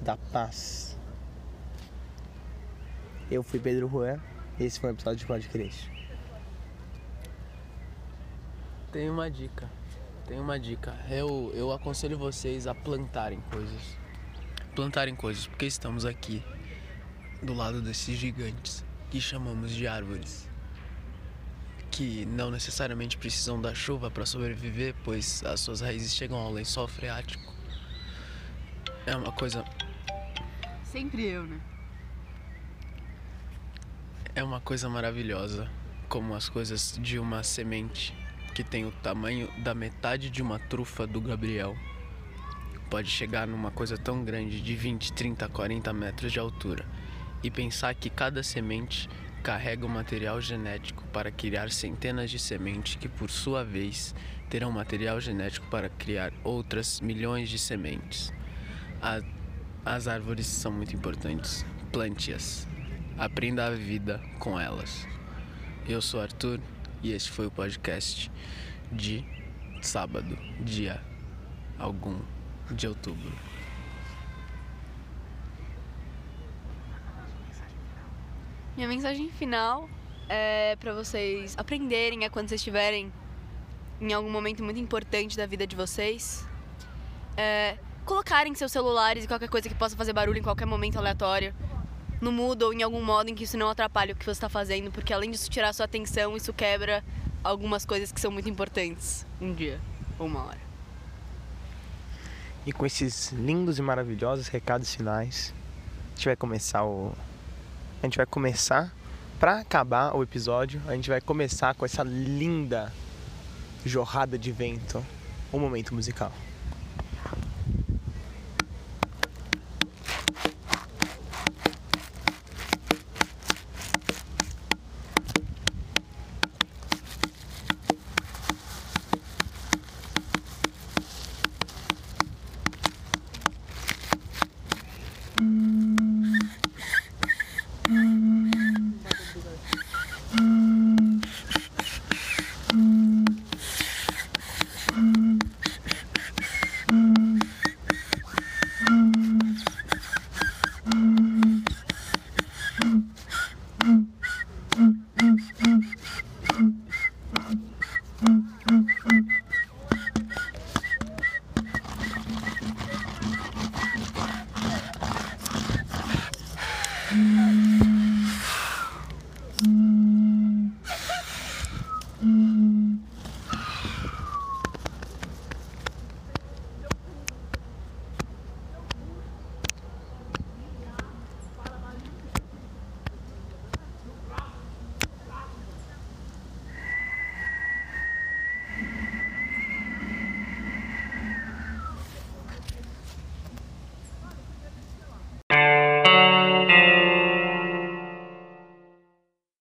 da paz. Eu fui Pedro Juan, esse foi o episódio de Podcast. Tem uma dica. Tem uma dica. Eu, eu aconselho vocês a plantarem coisas. Plantarem coisas, porque estamos aqui do lado desses gigantes que chamamos de árvores. Que não necessariamente precisam da chuva para sobreviver, pois as suas raízes chegam ao lençol freático. É uma coisa Sempre eu, né? É uma coisa maravilhosa, como as coisas de uma semente que tem o tamanho da metade de uma trufa do Gabriel. Pode chegar numa coisa tão grande de 20, 30, 40 metros de altura e pensar que cada semente carrega o material genético para criar centenas de sementes que, por sua vez, terão material genético para criar outras milhões de sementes. A- as árvores são muito importantes. Plante-as. Aprenda a vida com elas. Eu sou Arthur e este foi o podcast de sábado, dia algum de outubro. Minha mensagem final é pra vocês aprenderem a quando vocês estiverem em algum momento muito importante da vida de vocês, é, colocarem seus celulares e qualquer coisa que possa fazer barulho em qualquer momento aleatório no mudo ou em algum modo em que isso não atrapalhe o que você está fazendo, porque além disso tirar sua atenção, isso quebra algumas coisas que são muito importantes um dia ou uma hora. E com esses lindos e maravilhosos recados finais, a gente vai começar o. A gente vai começar. Pra acabar o episódio, a gente vai começar com essa linda jorrada de vento o um momento musical.